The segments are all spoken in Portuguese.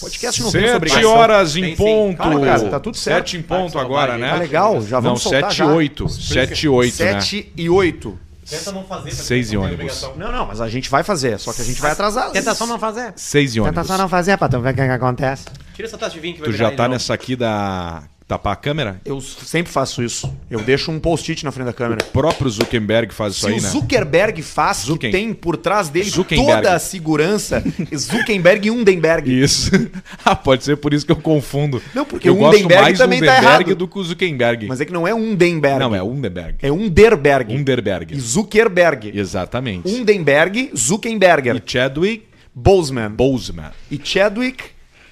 podcast não tem um sobre Sete isso. horas em Tem sim. ponto. Calma, cara, tá tudo certo. Sete em ponto Tá, agora, tá né? Tá legal, já Não, vamos soltar sete e já. oito. Sete e oito, né? 7 e 8. Tenta não fazer. mas Seis não e tem ônibus. obrigação. Não, não, mas a gente vai fazer, só que a gente vai atrasar. Tenta só não fazer. Seis tá e ônibus. Tentação não fazer, patrão, ver o que que acontece. Tira essa taça de vinho que vai Tu já virar tá ele, não. nessa aqui da... Tapar a câmera? Eu sempre faço isso. Eu deixo um post-it na frente da câmera. O próprio Zuckerberg faz isso Se aí, o né? Zuckerberg faz, tu Zucken. tem por trás dele Zuckerberg. toda a segurança. é Zuckerberg e Undenberg. Isso. ah, pode ser por isso que eu confundo. Não, porque eu o gosto Undenberg mais do também tá Undenberg errado. do que o Zuckerberg. Mas é que não é Undenberg. Não, é Undenberg. É Um- Underberg. Underberg. E Zuckerberg. Exatamente. Undenberg, Zuckerberger, E Chadwick Boseman. Boseman. e Chadwick.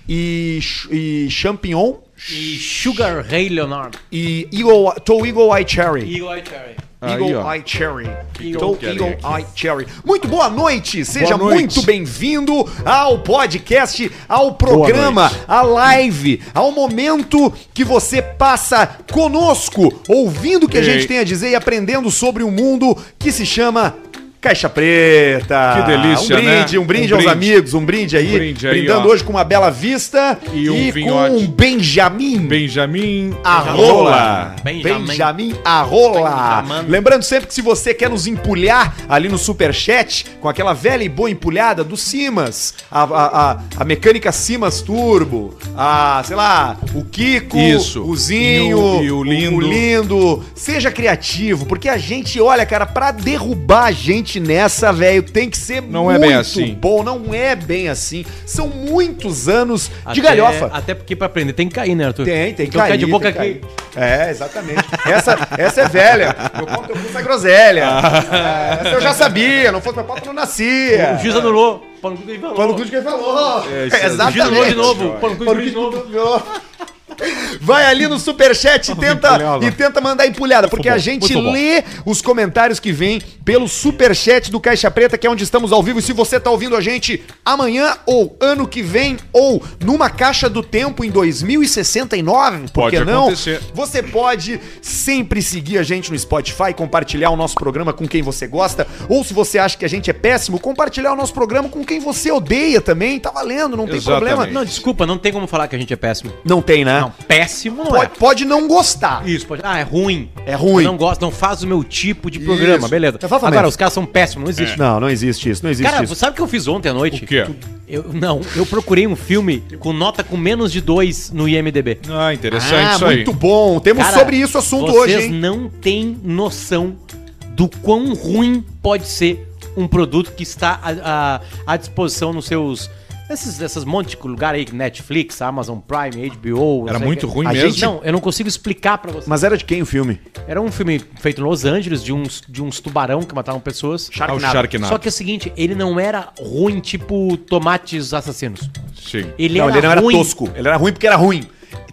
E, Ch- e Champignon. E Sugar Ray Leonard. E Eagle, Toe Eagle Eye Cherry. Eagle Eye Cherry. Eagle Aí, ó. Eye Cherry. Eagle Eagle, Cherry Eagle aqui. Eye Cherry. Muito boa noite. Seja noite. muito bem-vindo ao podcast, ao programa, noite. à live, ao momento que você passa conosco, ouvindo o que a Ei. gente tem a dizer e aprendendo sobre um mundo que se chama Caixa Preta. Que delícia, um brinde, né? Um brinde Um aos brinde. amigos, um brinde aí. Um brinde aí, brindando ó. hoje com uma bela vista E um com vinhote. um Benjamin. Benjamin Arrola. Arrola. Benjamin. Benjamin, Arrola. Benjamin. Lembrando sempre que se você quer nos empulhar ali no Superchat, com aquela velha e boa empulhada do Simas, a, a, a, a mecânica Simas Turbo, a, sei lá, o Kiko, Isso. o Zinho, E o- e o Lindo. o Lindo. Seja criativo, porque a gente, olha, cara, pra derrubar a gente nessa, velho, tem que ser Não é muito bem assim. bom. Não é bem assim. São muitos anos de Até- galhofa. Até porque pra aprender tem que cair, né, Arthur? Tem, tem que então cair. cai de boca tem aqui. que cair. É, exatamente. Essa, essa é velha. Meu pau no teu cu é groselha. Ah, essa eu já sabia. Não fosse meu pau, tu não O nascia. juiz anulou. Paulo Cuca falou. Fala o que ele falou. É, isso é- O juiz anulou de novo. Fala Paulo Cuca o que de novo. tu falou. Vai ali no superchat e tenta, empulhava. e tenta mandar empulhada, porque a bom, gente muito bom. lê os comentários que vêm pelo superchat do Caixa Preta, que é onde estamos ao vivo. E se você tá ouvindo a gente amanhã, ou ano que vem, ou numa caixa do tempo em 2069, por Pode que não? acontecer. Você pode sempre seguir a gente no Spotify, compartilhar o nosso programa com quem você gosta, ou se você acha que a gente é péssimo, compartilhar o nosso programa com quem você odeia também, tá valendo, não tem Exatamente. problema. Não, desculpa, não tem como falar que a gente é péssimo. Não tem, né? Não, péssimo não é. Pode, pode não gostar. Isso, pode. Ah, é ruim. É ruim. Eu não gosto, não faz o meu tipo de programa, Isso. beleza. Então, fala, Agora, Mestre. os caras são péssimos, não É. existe. Não, não existe isso, não existe Cara, isso. sabe o que eu fiz ontem à noite? O quê? Eu, não, eu procurei um filme com nota com menos de 2 no IMDB. Ah, interessante isso aí. muito bom. Temos Cara, sobre isso assunto hoje, Vocês hein? não têm noção do quão ruim pode ser um produto que está à, à- à disposição nos seus. Nesses, nessas monte de lugar aí, Netflix, Amazon Prime, HBO. Era não sei muito o que. ruim A mesmo. gente- Não, eu não consigo explicar pra vocês. Mas era de quem o filme? Era um filme feito em Los Angeles, de uns, de uns tubarão que matavam pessoas. Ah, o Sharknado. Só que é o seguinte, ele não era ruim tipo tomates assassinos. Sim. Ele, não, era, ele não era ruim. tosco. Ele era ruim porque era ruim.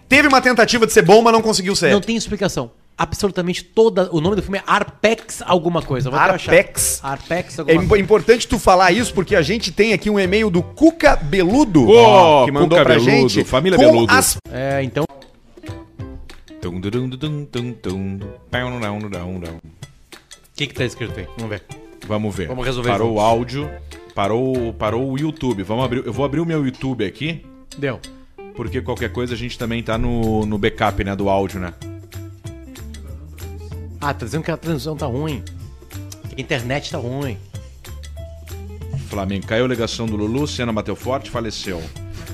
Teve uma tentativa de ser bom, mas não conseguiu ser. Não tem explicação. Absolutamente toda. O nome do filme é Arpex alguma coisa. Vou até achar. Arpex? Arpex É alguma im- coisa. importante tu falar isso porque a gente tem aqui um e-mail do Cuca Beludo Ô, que mandou Cuca pra Beludo, gente família com Beludo. as É, então. Tum, durum, dudum, tum, tum. Pão, não, não, não, não. O que, que tá escrito aí? Vamos ver. Vamos ver. Vamos resolver Parou juntos. o áudio, parou, parou o YouTube. Vamos abrir, eu vou abrir o meu YouTube aqui, Deu. porque qualquer coisa a gente também tá no, no backup, né, do áudio, né? Ah, tá dizendo que a transição tá ruim. Que a internet tá ruim. Flamengo caiu a ligação do Lulu, Senna bateu forte, faleceu.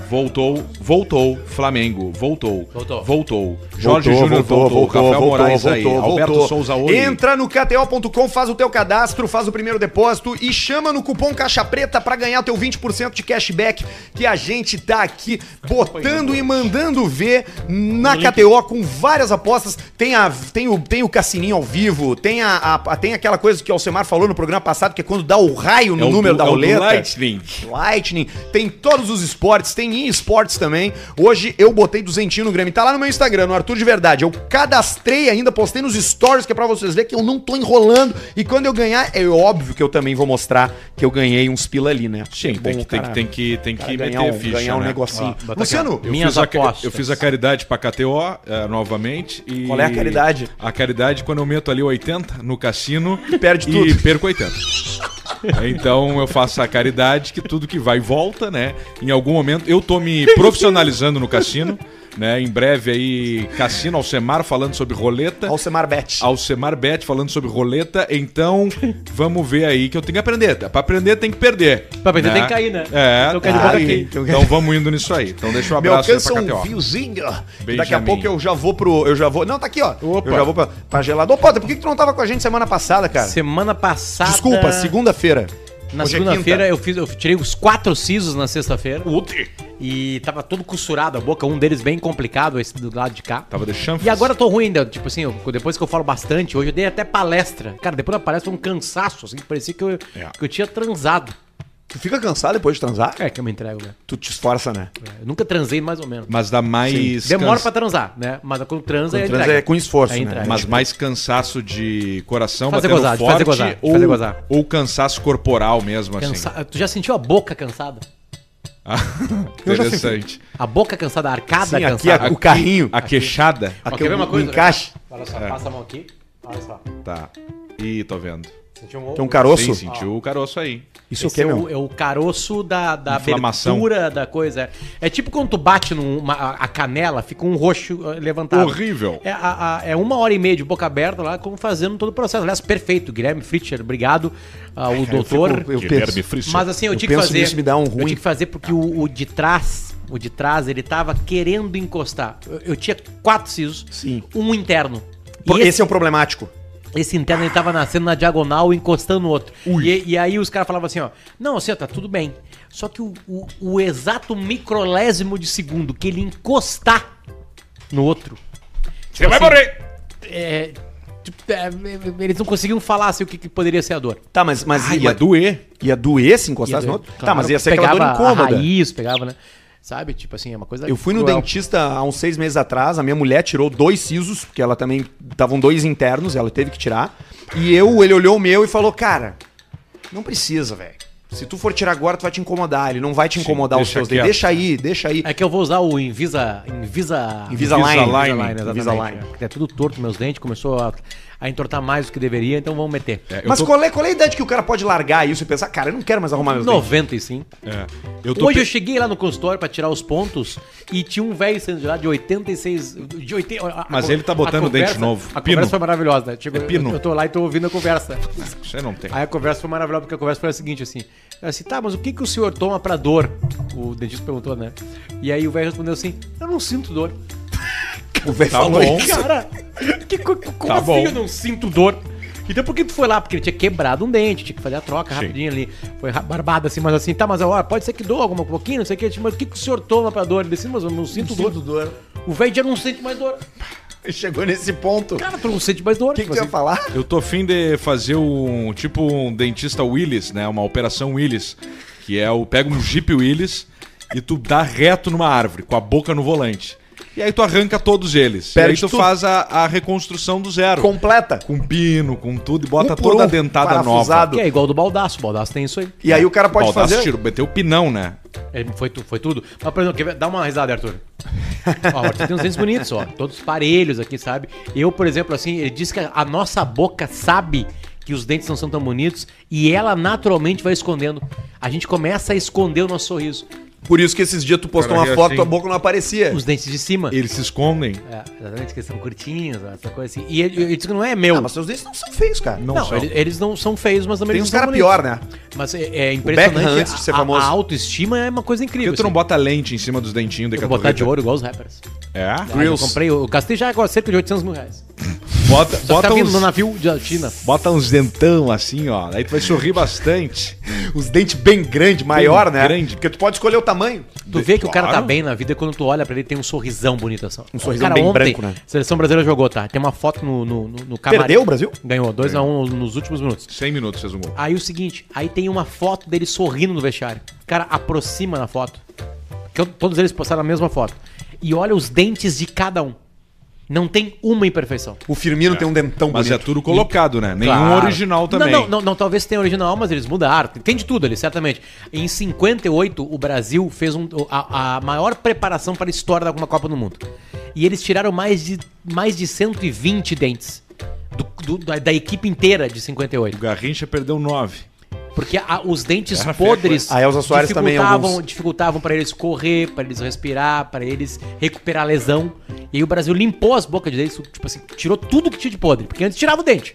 Voltou, voltou, Flamengo, voltou, Voltou. voltou. Jorge Júnior voltou, Rafael Moraes aí, Alberto Souza hoje. Entra no KTO.com, faz o teu cadastro, faz o primeiro depósito e chama no cupom Caixa Preta pra ganhar o teu 20% de cashback que a gente tá aqui botando e mandando ver na KTO com várias apostas. Tem, a, tem, o, tem o cassininho ao vivo, tem, a, a- tem aquela coisa que o Alcemar falou no programa passado, que é quando dá o raio no É o número do- da é o do roleta. Lightning. Lightning, tem todos os esportes, tem esportes também. Hoje eu botei duzentinho no Grêmio, tá lá no meu Instagram, no Arthur de Verdade. Eu cadastrei ainda, postei nos stories, que é pra vocês verem que eu não tô enrolando. E quando eu ganhar, é óbvio que eu também vou mostrar que eu ganhei uns pila ali, né? Sim, É tem, bom o que, tem, cara- que, tem que, tem que cara meter ganhar um, ficha, ganhar um né? negocinho. Ó, bota Luciano, aqui, ó. Eu Minhas fiz, a, ca- apostas. eu fiz a caridade pra KTO eh, novamente. E Qual é a caridade? A caridade quando eu meto ali 80 no cassino perde e tudo. perco 80. Então eu faço a caridade que tudo que vai volta, né? Em algum momento eu tô me profissionalizando no cassino, né? Em breve aí Cassino Alcemar falando sobre roleta. Alcemar Bet. Alcemar Bet falando sobre roleta, então vamos ver aí que eu tenho que aprender. Pra aprender tem que perder. Pra aprender tem que cair, né? É. Então cai tá de boca aí. aqui. Então, então vamos indo nisso aí. Então deixa um Me abraço aí alcança pra um KTO. fiozinho. Daqui a Benjamin. pouco eu já vou pro. Eu já vou. Não, tá aqui, ó. Opa. Eu já vou pra, pra gelada. Ô, Potter, por que, que tu não tava com a gente semana passada, cara? Semana passada. Desculpa, segunda-feira. Na Hoje é segunda-feira quinta. eu fiz, eu tirei os quatro sisos na sexta-feira. E tava todo costurado a boca, um deles bem complicado, esse do lado de cá. Tava deixando. E agora eu tô ruim ainda, tipo assim, eu- depois que eu falo bastante, hoje eu dei até palestra. Cara, depois da palestra foi um cansaço, assim, que parecia que eu, É. que eu tinha transado. Tu fica cansado depois de transar? É que eu me entrego, né? Tu te esforça, né? Eu nunca transei mais ou menos. Mas dá mais. Demora cansa- pra transar, né? Mas quando transa, Quando é transa é com esforço, né? Mas mais cansaço de coração, Fazer batendo gozar, de forte, fazer gozar, de ou, fazer gozar. ou cansaço corporal mesmo, assim. Cansa- Tu já sentiu a boca cansada? Ah, Eu já Interessante. A boca cansada, a arcada Sim, aqui cansada? O carrinho. A queixada. Ó, Aqui quer ver o- uma o coisa? encaixe. Olha só, É. passa a mão aqui. Olha só. Tá. Ih, tô vendo. Sentiu um... Tem um caroço. Sim, sentiu o caroço aí. Isso Esse aqui, é, meu. o, é o caroço da, da Inflamação. abertura da coisa. É tipo quando tu bate numa, a a canela, fica um roxo eh, levantado. Horrível. É, a- a- é uma hora e meia de boca aberta lá, como fazendo todo o processo. Aliás, perfeito, Guilherme Fritcher, obrigado ah, o doutor. fico- É, eu penso. Frisson. Mas assim, eu, Eu tinha que penso fazer. nisso, me dá um Eu ruim. tinha que fazer porque o, o de trás, o de trás, ele tava querendo encostar. Eu, eu tinha quatro sisos, Sim. um interno. E Por- esse, Esse é o problemático. esse interno ele tava nascendo na diagonal, encostando no outro. E, e aí os caras falavam assim, ó, não, você tá tudo bem. Só que o, o- o exato microlésimo de segundo que ele encostar no outro, Você vai morrer! é, tipo, é, eles não conseguiam falar assim, o que, que poderia ser a dor. Tá, mas, mas Ai, ia, ia doer. ia doer se encostasse no outro? Tá, mas ia ser aquela dor incômoda. Pegava a raiz, pegava, né? Sabe, tipo assim, é uma coisa Eu fui no cruel. dentista há uns seis meses atrás, a minha mulher tirou dois sisos, porque ela também estavam dois internos, ela teve que tirar. E eu, ele olhou o meu e falou: Cara, não precisa, velho. Se tu for tirar agora, tu vai te incomodar. Ele não vai te incomodar os deixa teus dedos. quieto. Deixa aí, deixa aí. É que eu vou usar o Invisa. É. Invisa. Invisalign. Invisalign, exatamente. Invisalign. É, tudo torto, meus dentes começou a, a entortar mais do que deveria, então vamos meter. É, eu Mas tô- qual, é, qual é a idade que o cara pode largar isso e pensar, cara, eu não quero mais arrumar meus dentes? 95. é, eu tô Hoje pe- eu cheguei lá no consultório pra tirar os pontos e tinha um velho sendo de lá de 86. De 80, a- a- Mas ele tá a botando conversa- dente novo. A Pino. conversa foi maravilhosa, né? É Tipo, pino. Eu, eu tô lá e tô ouvindo a conversa. Você não tem. Aí a conversa foi maravilhosa, porque a conversa foi a seguinte, assim. Ela disse, tá, mas o que, que o senhor toma pra dor? O dentista perguntou, né? E aí o velho respondeu assim, eu não sinto dor. O velho Tá falou bom. isso. Cara, que, co- co- como Tá assim bom. eu não sinto dor? Então por que tu foi lá? Porque ele tinha quebrado um dente, tinha que fazer a troca Sim. rapidinho ali. Foi ra- barbado assim, mas assim, tá, mas ó, pode ser que doa alguma pouquinho, não sei o que. Mas o que, que o senhor toma pra dor? Ele disse, mas eu não sinto dor. dor. O velho já não sente mais dor. Chegou nesse ponto. O Cara, tu não sente mais dor. que, que Tipo tu ia assim, falar? Eu tô afim de fazer um tipo um dentista Willis, né? Uma operação Willis. Que é o. Pega um Jeep Willis e tu dá reto numa árvore, com a boca no volante. E aí tu arranca todos eles. e aí Perde tu tudo. faz a, a reconstrução do zero. Com... Completa. pino, com tudo, e bota Um por toda a um, dentada nova. parafusado. que é igual do baldaço. O baldaço tem isso aí. E aí o cara pode Baldaço fazer... Tiro, meteu o pinão, né? Ele É, foi, tu- foi tudo. Mas, por exemplo, quer ver? dá uma risada, Arthur. ó, o Arthur tem uns dentes bonitos, ó. Todos parelhos aqui, sabe? Eu, por exemplo, assim, ele diz que a, a nossa boca sabe que os dentes não são tão bonitos e ela naturalmente vai escondendo. A gente começa a esconder o nosso sorriso. Por isso que esses dias tu postou Cara, uma é foto, assim. tua boca não aparecia. Os dentes de cima. Eles se escondem. É, exatamente, que são curtinhos, ó, essa coisa assim. E ele, ele diz que não é meu. Ah, mas seus dentes não são feios, cara. Não, não, são. ele- eles não são feios, mas também Tem eles uns não são caras pior, bonitos. né? Mas é, é impressionante. Beckham antes de ser a- famoso. A, autoestima é uma coisa Por incrível. que tu não assim. bota lente em cima dos dentinhos de Eu vou botar de caturrita? ouro igual os rappers. É? Ah, eu comprei, eu gastei já agora cerca de 800 mil reais. Bota, Só que bota tá vindo uns- no navio de China. Bota uns dentão assim, ó. Aí tu vai sorrir bastante. Os dentes bem grandes, maior, né? grande. Porque tu pode escolher o tamanho. Tu vê que o cara tá Claro. bem na vida quando tu olha pra ele tem um sorrisão bonito assim. Um sorrisão bem branco, né? Seleção brasileira jogou, tá? Tem uma foto no, no, no, no camarim. Perdeu o Brasil? Ganhou 2x1 nos últimos minutos. 100 minutos fez um gol. Aí o seguinte, aí tem uma foto dele sorrindo no vestiário. O cara aproxima na foto. Que eu- Todos eles postaram a mesma foto. E olha os dentes de cada um. Não tem uma imperfeição. O Firmino tem um dentão Mas é bonito. tudo colocado, né? Nenhum Claro. original também. Não, não, não, não, talvez tenha original, mas eles mudaram. Tem de tudo ali, certamente. Em 58, o Brasil fez um- a, a maior preparação para a história de alguma Copa do Mundo. E eles tiraram mais de, mais de 120 dentes. Do- do- da, da equipe inteira de O 58. Garrincha perdeu 9. Porque a- os dentes podres A Elza Soares também, dificultavam, alguns. dificultavam para eles correr, para eles respirar, para eles recuperar a lesão. E aí o Brasil limpou as bocas de dentes, tipo assim, tirou tudo que tinha de podre, porque antes tirava o dente.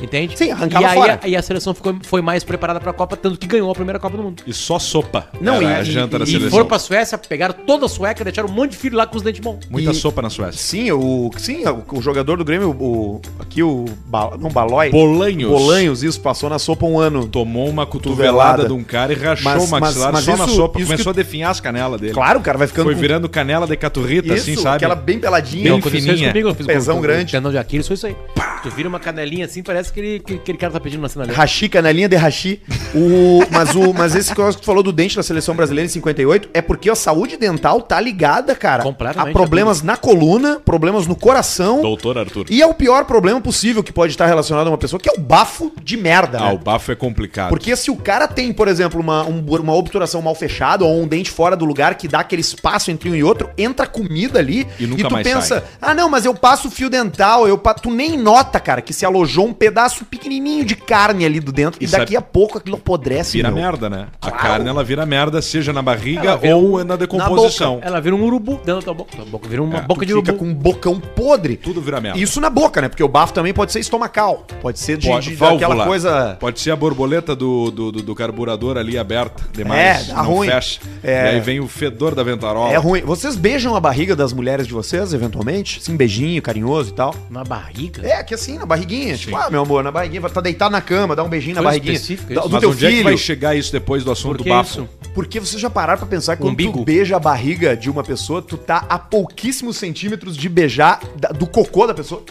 Entende? Sim, arrancava e aí, fora. A, e a seleção ficou, foi mais preparada para a Copa, tanto que ganhou a primeira Copa do Mundo. E só sopa. Não, Era e- a janta da e- e seleção. E foram pra Suécia, pegaram toda a Sueca, deixaram um monte de filho lá com os dentes bons. Muita e- sopa na Suécia. Sim, o, sim o, o jogador do Grêmio, o, aqui o. Ba- Não, Balói. Bolanhos. Bolanhos, isso, passou na sopa um ano. Tomou uma cotovelada de um cara e rachou Mas- o maxilar mas- mas só na isso- sopa. isso Começou que- a definhar as canelas dele. Claro, o cara vai ficando Foi com- virando canela de caturrita, isso, assim, sabe? aquela bem peladinha. Bem Não, fininha. eu fiz Pezão com, com, grande. Com, tendão de Aquiles, foi isso aí. Tu vira uma canelinha assim, parece que ele, que, aquele cara tá pedindo uma sinaleira. Rachi, canelinha de Rachi. O, mas, o, mas esse negócio que tu falou do dente da seleção brasileira em 58 é porque a saúde dental tá ligada, cara. Completamente. A problemas na coluna, problemas no coração. Doutor Arthur. E é o pior problema possível que pode estar relacionado a uma pessoa, que é o bafo de merda. Ah, né? o bafo é complicado. Porque se o cara tem, por exemplo, uma, um bu- uma obturação mal fechada ou um dente fora do lugar que dá aquele espaço entre um e outro, entra comida ali E nunca tu mais pensa, sai. ah não, mas eu passo fio dental, eu pa... tu nem nota, cara, que se alojou um pedaço pequenininho de carne ali do dentro e, E daqui sabe- a pouco aquilo apodrece. é Vira assim, meu. merda, né? A Claro. carne, ela vira merda, seja na barriga Ela vira ou um- na na decomposição. Ela vira um urubu dentro da tua boca. Tua boca vira uma É, boca de Tu fica urubu. com um bocão podre. Tudo vira merda. Isso na boca, né? Porque o bafo também pode ser estomacal. Pode ser de, Pode, de- válvula. daquela coisa. Pode ser a borboleta do, do, do- do carburador ali aberta demais. É, dá ruim. fecha. É. E aí vem o fedor da ventarola. É ruim. Vocês beijam a barriga das mulheres de vocês, eventualmente? Sim, beijinho, carinhoso e tal. Na barriga? É, que assim, na barriguinha. Sim. Tipo, ah, meu amor, na barriguinha, tá deitado na cama, dá um beijinho na Coisa barriguinha. específica, Da- isso. do Mas teu onde é que filho. vai chegar isso depois do assunto Por do que bafo? isso? Porque vocês já pararam pra pensar que quando tu Umbigo. beija a barriga de uma pessoa, tu tá a pouquíssimos centímetros de beijar da- do cocô da pessoa.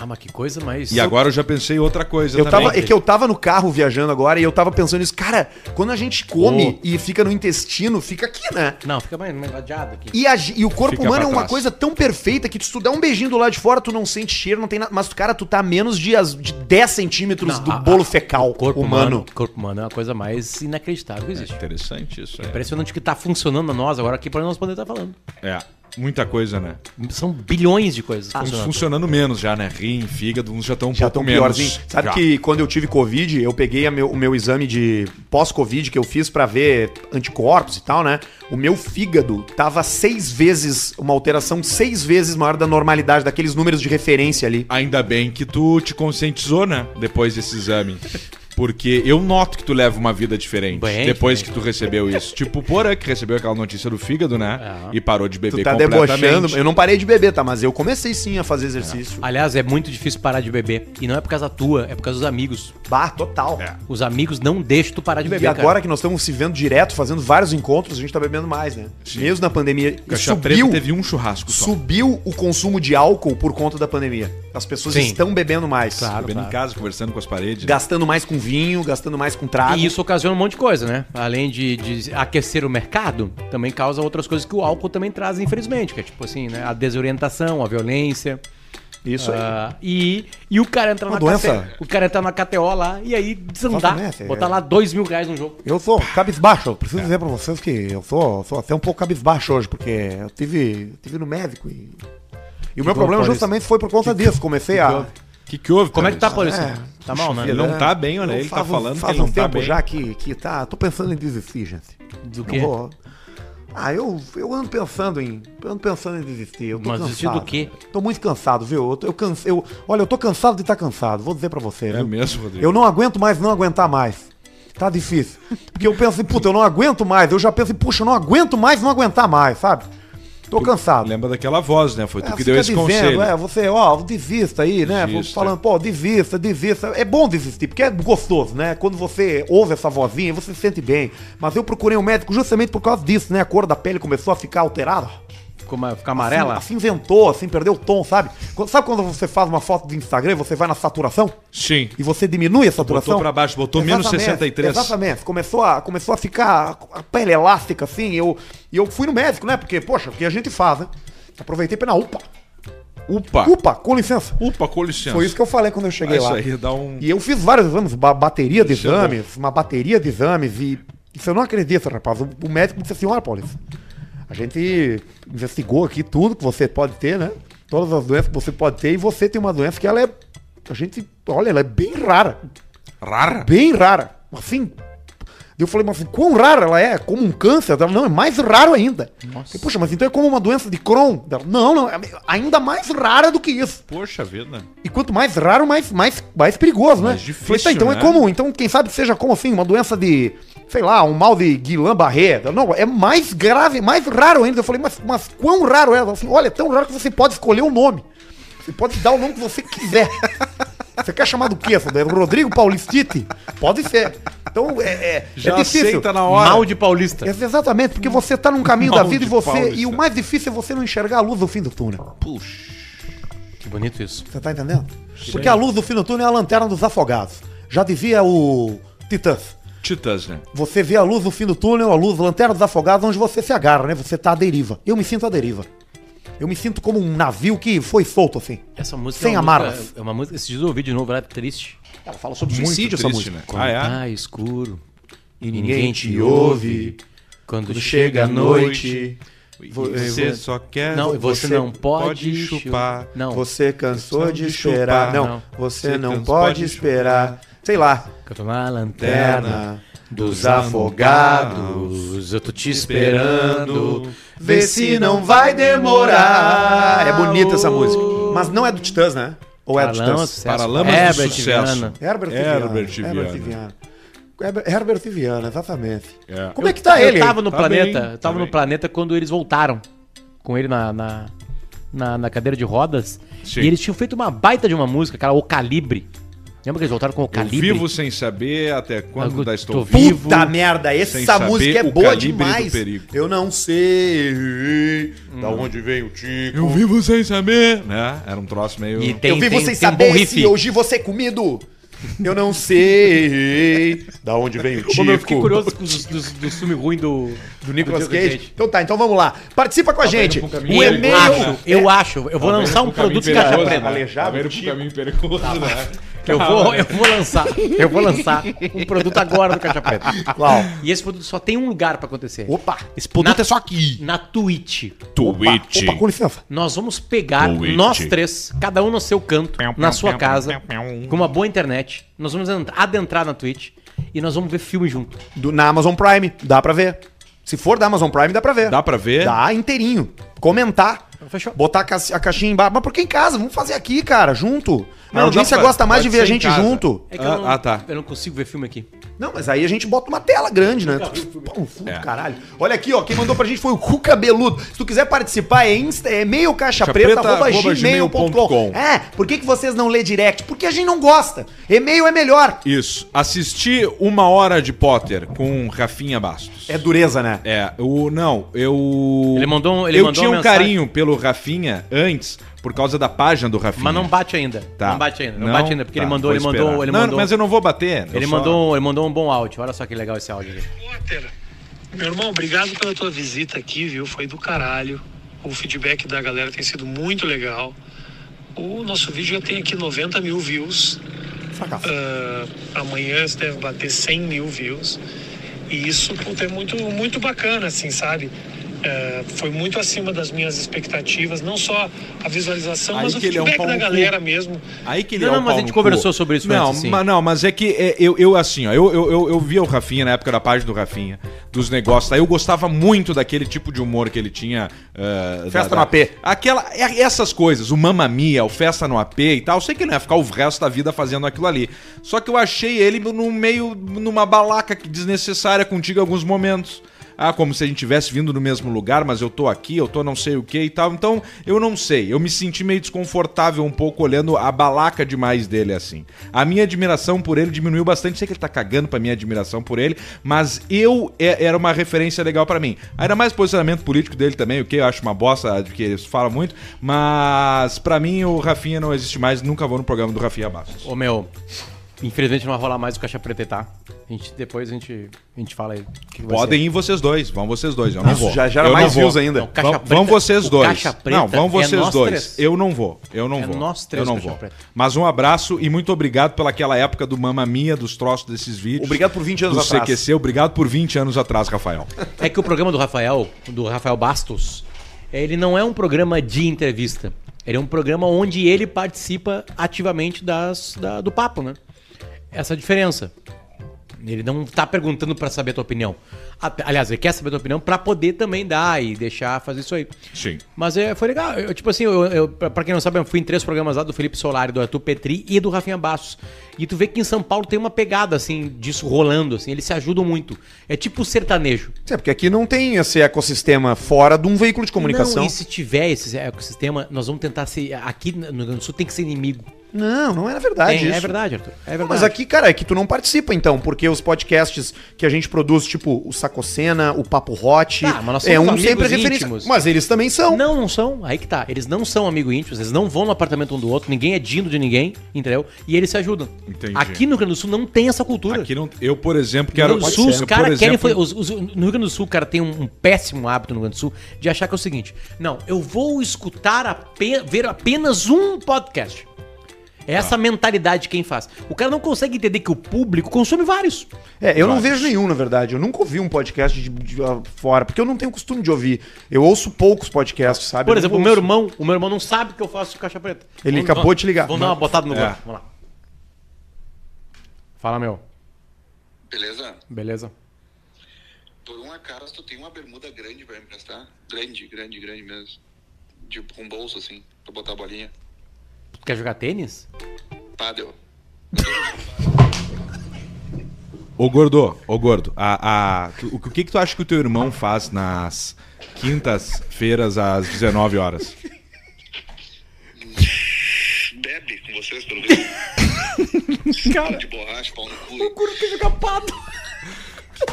Ah, mas que coisa mais... E agora eu já pensei em outra coisa Eu também. tava, é que eu tava no carro viajando agora e eu tava pensando isso. Cara, quando a gente come e fica no intestino, fica aqui, né? Não, fica mais mais ladeado aqui. E, a ge- e o corpo Fica humano é pra uma trás. coisa tão perfeita que se tu dá um beijinho do lado de fora, tu não sente cheiro, não tem nada. Mas, cara, tu tá a menos de, as- de 10 centímetros Não, do a- bolo a- fecal o corpo humano. humano. corpo humano é uma coisa mais inacreditável que existe. Interessante isso é. aí. Impressionante que tá funcionando a nós agora aqui pra nós poder estar falando. É, muita coisa, né? Tá, São bilhões de Ah, coisas Uns funcionando. funcionando menos já, né? Rim, fígado, uns já estão um Já tão pouco menos. piorzinho. Sabe Já. que quando eu tive Covid, eu peguei a meu- o meu exame de pós-Covid que eu fiz pra ver anticorpos e tal, né? O meu fígado tava seis vezes, uma alteração seis vezes maior da normalidade, daqueles números de referência ali. Ainda bem que tu te conscientizou, né? Depois desse exame. Porque eu noto que tu leva uma vida diferente Bem depois diferente. que tu recebeu isso. Tipo o Porã, que recebeu aquela notícia do fígado, né? É. E parou de beber Tu tá completamente. debochando. Eu não parei de beber, tá? Mas eu comecei sim a fazer exercício. Aliás, é muito difícil parar de beber. E não é por causa tua, é por causa dos amigos. Bah, total. É. Os amigos não deixam tu parar de beber, e cara. agora que nós estamos se vendo direto, fazendo vários encontros, a gente tá bebendo mais, né? Mesmo na pandemia. E Caixa Preta teve um churrasco só. subiu o consumo de álcool por conta da pandemia. As pessoas Sim. estão bebendo mais. Claro. Bebendo em casa, conversando com as paredes. né. Gastando mais com vinho, gastando mais com trago. E isso ocasiona um monte de coisa, né? Além de, de aquecer o mercado, também causa outras coisas que o álcool também traz, infelizmente. Que é tipo assim, né? A desorientação, a violência. Isso Ah, e, e o cara entra Uma na doença. KTO. O cara entra na KTO lá e aí desandar. Nossa, né, filho? botar lá dois mil reais no jogo. Eu sou cabisbaixo, eu É. preciso dizer pra vocês que eu sou, sou até um pouco cabisbaixo hoje, porque eu tive, eu tive no médico e, e o meu problema Paulista. justamente foi por conta disso. Comecei a. O que, que houve? Como é que tá, Paulista? Paulista? Tá mal, né? Ele não tá bem, olha, Eu ele tá faz um- falando que Faz ele não um tá tempo bem. já que, que tá. Tô pensando em desistir, gente. Do Eu quê? vou- Ah, eu, eu ando pensando em. Eu ando pensando em desistir. Eu tô Mas cansado. desistir do quê? Tô muito cansado, viu? Eu, tô- eu canse, eu, olha, eu tô cansado de estar cansado, vou dizer pra você. É viu? mesmo, Rodrigo? Eu não aguento mais não aguentar mais. Tá difícil. Porque eu penso, em, puta, eu não aguento mais. Eu já penso, em, puxa, eu não aguento mais não aguentar mais, sabe? Tô cansado. Lembra daquela voz, né? Foi tu Ah, É, que deu fica esse conselho. É, você, ó, desista aí, né? Desista. Falando, pô, desista, desista. É bom desistir, porque é gostoso, né? Quando você ouve essa vozinha, você se sente bem. Mas eu procurei um médico justamente por causa disso, né? A cor da pele começou a ficar alterada. Ficou ma- é? Fica amarela? Assim, assim inventou, assim, perdeu o tom, sabe? Quando- sabe quando você faz uma foto do Instagram, e você vai na saturação? Sim. E você diminui a saturação? Botou pra baixo, botou menos Exatamente, 63. Exatamente. Começou a, começou a ficar a pele elástica, assim. E eu, e eu fui no médico, né? Porque, poxa, o que a gente faz, né? Aproveitei pra ir na UPA. Upa. Upa, com licença. Upa, com licença. Foi isso que eu falei quando eu cheguei Ah, isso lá. aí dá um... E eu fiz vários exames, ba- bateria de Isso é bom. exames, uma bateria de exames e isso eu não acredito, rapaz. O, o médico disse assim, olha, Paulista, a gente investigou aqui tudo que você pode ter, né? Todas as doenças que você pode ter e você tem uma doença que ela é, a gente, olha, ela é bem rara. Rara? bem rara. Assim. Eu falei, mas quão rara ela é? Como um câncer? Ela, não, é mais raro ainda. Nossa. Puxa, mas então é como uma doença de Crohn? Ela, não, não, é ainda mais rara do que isso. Poxa vida. E quanto mais raro, mais, mais, mais perigoso, né? Mais difícil, Falei, tá, então né? é comum. Então, quem sabe seja como assim, uma doença de, sei lá, um mal de Guillain-Barré. Ela, Não, é mais grave, mais raro ainda. Eu falei, mas, mas quão raro é? Ela, assim, olha, é tão raro que você pode escolher o nome. Você pode dar o nome que você quiser. Você quer chamar do quê? essa daí? Rodrigo Paulistite? Pode ser. Então, é, é, Já é difícil. aceita na hora. Mal de paulista. É, Exatamente, porque você tá num caminho da Mal vida e de você. E Paulista. o mais difícil é você não enxergar a luz do fim do túnel. Que bonito isso. Você tá entendendo? Porque a luz do fim do túnel é a lanterna dos afogados. Já dizia o Titãs. Titãs, né? Você vê a luz do fim do túnel, a luz, lanterna dos afogados, onde você se agarra, né? Você tá à deriva. Eu me sinto à deriva. Eu me sinto como um navio que foi solto, assim. Essa música Sem é uma amarras. música, é uma música. Esses dias eu ouvi de novo, ela é triste. Ela fala sobre Muito suicídio essa triste, música. né? Ah, é? Tá escuro e ninguém te ouve, Quando chega a noite, Você só quer. Não, você não pode chupar. chu- Não. Você cansou de esperar. Não, você não pode esperar. Sei lá. Canto na lanterna Terna dos afogados. Eu tô te esperando. Vê se não vai demorar. É bonita essa música. Uh! Mas não é do Titãs, né? Ou é do Titãs? Paralamas do Sucesso. Herbert Herbert Viana. Herbert Viana. Viana. Herbert- Herbert Viana, exatamente. É. Como é que tá eu ele? tava no Tá planeta, bem, eu tá tava no bem. planeta quando eles voltaram com ele na na, na, na cadeira de rodas Sim. e eles tinham feito uma baita de uma música, aquela O Calibre. Lembra que eles voltaram com O Eu Calibre? vivo sem saber até quando Eu ainda estou tô vivo. vivo. Puta merda, Sem essa saber música é o boa calibre do demais. perigo. Eu não sei da onde vem o Tico. Eu vivo sem saber. Né? Era um troço meio. E eu tem, vi tem, vocês tem um bom saberem riff. se hoje você é comido. Eu não sei da onde vem o Como eu fiquei Tico. curioso com os- dos, dos filmes ruins do, Do Nicolas Cage. Então tá, então vamos lá. Participa com a gente. indo pra um caminho O eu perigoso, e-mail. acho, eu acho, eu vou lançar um produto Tá, de caixa preta. Aleijado. né? Primeiro pro caminho perigoso, né? Eu vou, eu vou lançar, eu vou lançar um produto agora do Caixa Preta. Qual? E esse produto só tem um lugar pra acontecer. Opa! Esse produto é só aqui. na Twitch. Twitch. Opa, com licença. Nós vamos pegar Twitch. nós três, cada um no seu canto, na sua casa, com uma boa internet. Nós vamos adent- adentrar na Twitch e nós vamos ver filme junto. Do- na Amazon Prime, dá pra ver. Se for da Amazon Prime, dá pra ver. Dá pra ver? Dá inteirinho. Comentar. Fechou. Botar a, ca- a caixinha embaixo. Mas por que em casa? Vamos fazer aqui, cara, junto. Não, a audiência dá pra- gosta mais de pode ver a ser em gente casa. junto. É que eu Ah, não, ah, tá. Eu não consigo ver filme aqui. Não, mas aí a gente bota uma tela grande, né? Pô, um fundo, caralho. Olha aqui, ó, quem mandou pra gente foi o Cuca Beludo. Se tu quiser participar, é, insta, é e-mail caixapreta.gmail.com. caixapreta@gmail.com. É, por que, que vocês não lê direct? Porque a gente não gosta. E-mail é melhor. Isso. Assisti uma hora de Potter com Rafinha Bastos. É dureza, né? É, o não, eu. Ele mandou um- ele eu mandou tinha um uma mensagem. carinho pelo Rafinha antes, por causa da página do Rafinha. Mas não bate ainda. Não bate ainda. Não, bate ainda, porque tá, ele mandou, vou ele mandou, esperar. ele Não, mandou. mas eu não vou bater. eu Ele só- mandou, ele mandou um bom áudio. Olha só que legal esse áudio aqui. Potter, meu irmão, obrigado pela tua visita aqui, viu? Foi do caralho. O feedback da galera tem sido muito legal. O nosso vídeo já tem aqui 90 mil views. É Ah, amanhã você deve bater 100 mil views. E isso puta, é muito, muito bacana, assim, sabe? Ah, foi muito acima das minhas expectativas, não só a visualização, Aí mas o que ele é um feedback pau da no cu. galera mesmo. Aí que ele Não, é não, um mas pau a gente no conversou cu. sobre isso não, antes, sim. Mas, não, mas é que é, eu, eu, assim, ó, eu, eu, eu, eu via o Rafinha na época da página do Rafinha, dos negócios, tá? eu gostava muito daquele tipo de humor que ele tinha. ah, Festa no AP. Aquela, é- essas coisas, o Mamma Mia, o Festa no AP e tal, eu sei que ele não ia ficar o resto da vida fazendo aquilo ali. Só que eu achei ele no meio, numa balaca que desnecessária contigo em alguns momentos. Ah, como se a gente tivesse vindo no mesmo lugar, mas eu tô aqui, eu tô não sei o que e tal. Então, eu não sei. Eu me senti meio desconfortável um pouco olhando a balaca demais dele assim. A minha admiração por ele diminuiu bastante. Sei que ele tá cagando pra minha admiração por ele, mas eu é- era uma referência legal pra mim. Ainda mais o posicionamento político dele também, o que eu acho uma bosta, de que eles falam muito. Mas pra mim o Rafinha não existe mais. Nunca vou no programa do Rafinha Bastos. Ô meu, infelizmente não vai rolar mais o Caixa Preta, tá? A gente, depois a gente, a gente fala aí. o que que vai ser. Podem ir vocês dois, vão vocês dois, eu não vou. já gera Eu mais não vou. views ainda. Não, Caixa vão, Preta- vão vocês o dois. Caixa Preta não, vão é vocês nós dois. três. Eu não vou. Eu não É vou. nós três, eu não Caixa vou. Preta. Mas um abraço e muito obrigado pela aquela época do Mamma Mia, dos troços desses vídeos. Obrigado por 20 anos do atrás. CQC, obrigado por 20 anos atrás, Rafael. É que o programa do Rafael, do Rafael Bastos, ele não é um programa de entrevista. Ele é um programa onde ele participa ativamente das, da- do papo, né? essa diferença. Ele não tá perguntando pra saber a tua opinião. A- Aliás, ele quer saber a tua opinião pra poder também dar e deixar fazer isso aí. Sim. Mas é, foi legal. Eu, tipo assim, eu, eu, pra pra quem não sabe, eu fui em três programas lá do Felipe Solari, do Arthur Petri e do Rafinha Bastos. E tu vê que em São Paulo tem uma pegada, assim, disso rolando, assim. Eles se ajudam muito. É tipo sertanejo. É, porque aqui não tem esse ecossistema fora de um veículo de comunicação. Não, e se tiver esse ecossistema, nós vamos tentar ser... Aqui no Rio Grande do Sul tem que ser inimigo. Não, não é verdade Tem, isso. é verdade, Arthur. É verdade. Não, Mas aqui, cara, é que tu não participa, então, porque os podcasts que a gente produz, tipo o Sacocena, o Papo Hot, Ah, mas nós é somos um amigos sempre referência. íntimos. Mas eles também são. Não, não são. Aí que tá. Eles não são amigos íntimos, eles não vão no apartamento um do outro, ninguém é dindo de ninguém, entendeu? E eles se ajudam. Entendi. Aqui no Rio Grande do Sul não tem essa cultura. Aqui não, eu, por exemplo, no quero. Rio Grande do Sul, os eu, por caras querem. exemplo, foi- os- os- no Rio Grande do Sul, o cara tem um, um péssimo hábito no Rio Grande do Sul de achar que é o seguinte: não, eu vou escutar, ape- ver apenas um podcast. É essa mentalidade quem faz. O cara não consegue entender que o público consome vários. É, eu não vejo nenhum, na verdade. Eu nunca ouvi um podcast de, de- ah, fora, porque eu não tenho costume de ouvir. Eu ouço poucos podcasts, sabe? Por Eu exemplo, o nunca meu ouço. irmão, o meu irmão não sabe que eu faço caixa preta. Ele acabou de ligar. Vamos dar uma botada no É. gato. Vamos lá. Fala, meu. Beleza? Beleza? Por um acaso, tu tem uma bermuda grande pra me emprestar? Grande, grande, grande mesmo. Tipo, com bolso, assim, pra botar a bolinha. Tu quer jogar tênis? Padel. Ô gordo, ô gordo, a, a- tu- o que que tu acha que o teu irmão faz nas quintas-feiras às 19 horas? Bebe com vocês, pelo menos. Cara. De borracha, pau no cu. Gordo quer jogar pato.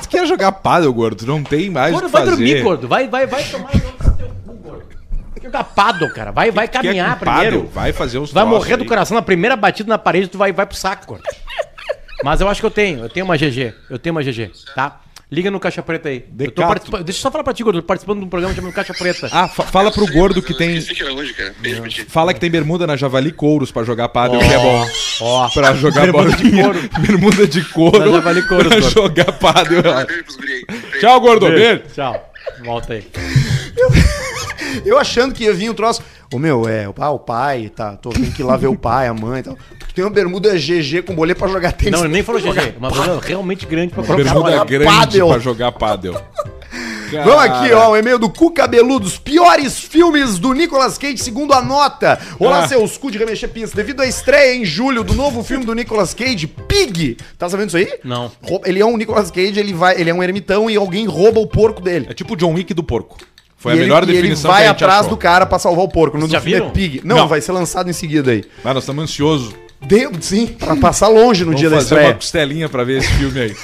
Tu quer jogar pádel, gordo? Tu não tem mais o Gordo, que vai fazer. dormir, gordo. Vai, vai, vai tomar no teu cu, gordo. Quer jogar paddle, cara. Vai, vai Quer caminhar é com pádel? primeiro. Vai fazer uns Vai troços morrer do aí. coração na primeira batida na parede, tu vai, vai pro saco, gordo. Mas eu acho que eu tenho, eu tenho uma GG, eu tenho uma GG, tá? Liga no Caixa Preta aí. Eu tô Decato. participa- Deixa eu só falar pra ti, gordo, eu tô participando de um programa chamado Caixa Preta. Ah, fa- fala pro gordo que tem... Esqueci que era hoje, é cara. Beijo pra ti. Fala que tem bermuda na Javali Couros pra jogar pádel, que é bom. Ó, Pra jogar Bermuda de bolinha. couro. Bermuda de couro. Na Javali Couros, pra gordo. jogar pádel. Ah, Beijo pros guri aí. Beijo. Tchau, gordo. Beijo. tchau. Volta aí. Eu achando que ia vir um troço. Ô meu, é, ah, o pai, tá, tô vendo que ir lá ver o pai, a mãe e tal. Tu tem uma bermuda GG com bolê pra jogar tênis. Não, ele nem falou GG. Uma coisa realmente grande pra colocar. Bermuda jogar grande pádel. pra jogar pádel. Vamos aqui, ó, o e-mail do Cu Cabeludo, os piores filmes do Nicolas Cage, segundo a nota. Olá, Ah. seus cu de remexer pista. Devido à estreia em julho do novo filme do Nicolas Cage, Pig. Tá sabendo isso aí? Não. Rou- Ele é um Nicolas Cage, ele, vai, ele é um ermitão e alguém rouba o porco dele. É tipo o John Wick do porco. Foi e a melhor ele, definição E ele vai que a gente atrás achou. do cara pra salvar o porco. No Vocês já do filme é viram? Pig. Não, Não. vai ser lançado em seguida aí. Mas Ah, nós estamos ansiosos. Deu, sim, pra passar longe no Vamos dia da fazer estreia. uma costelinha pra ver esse filme aí.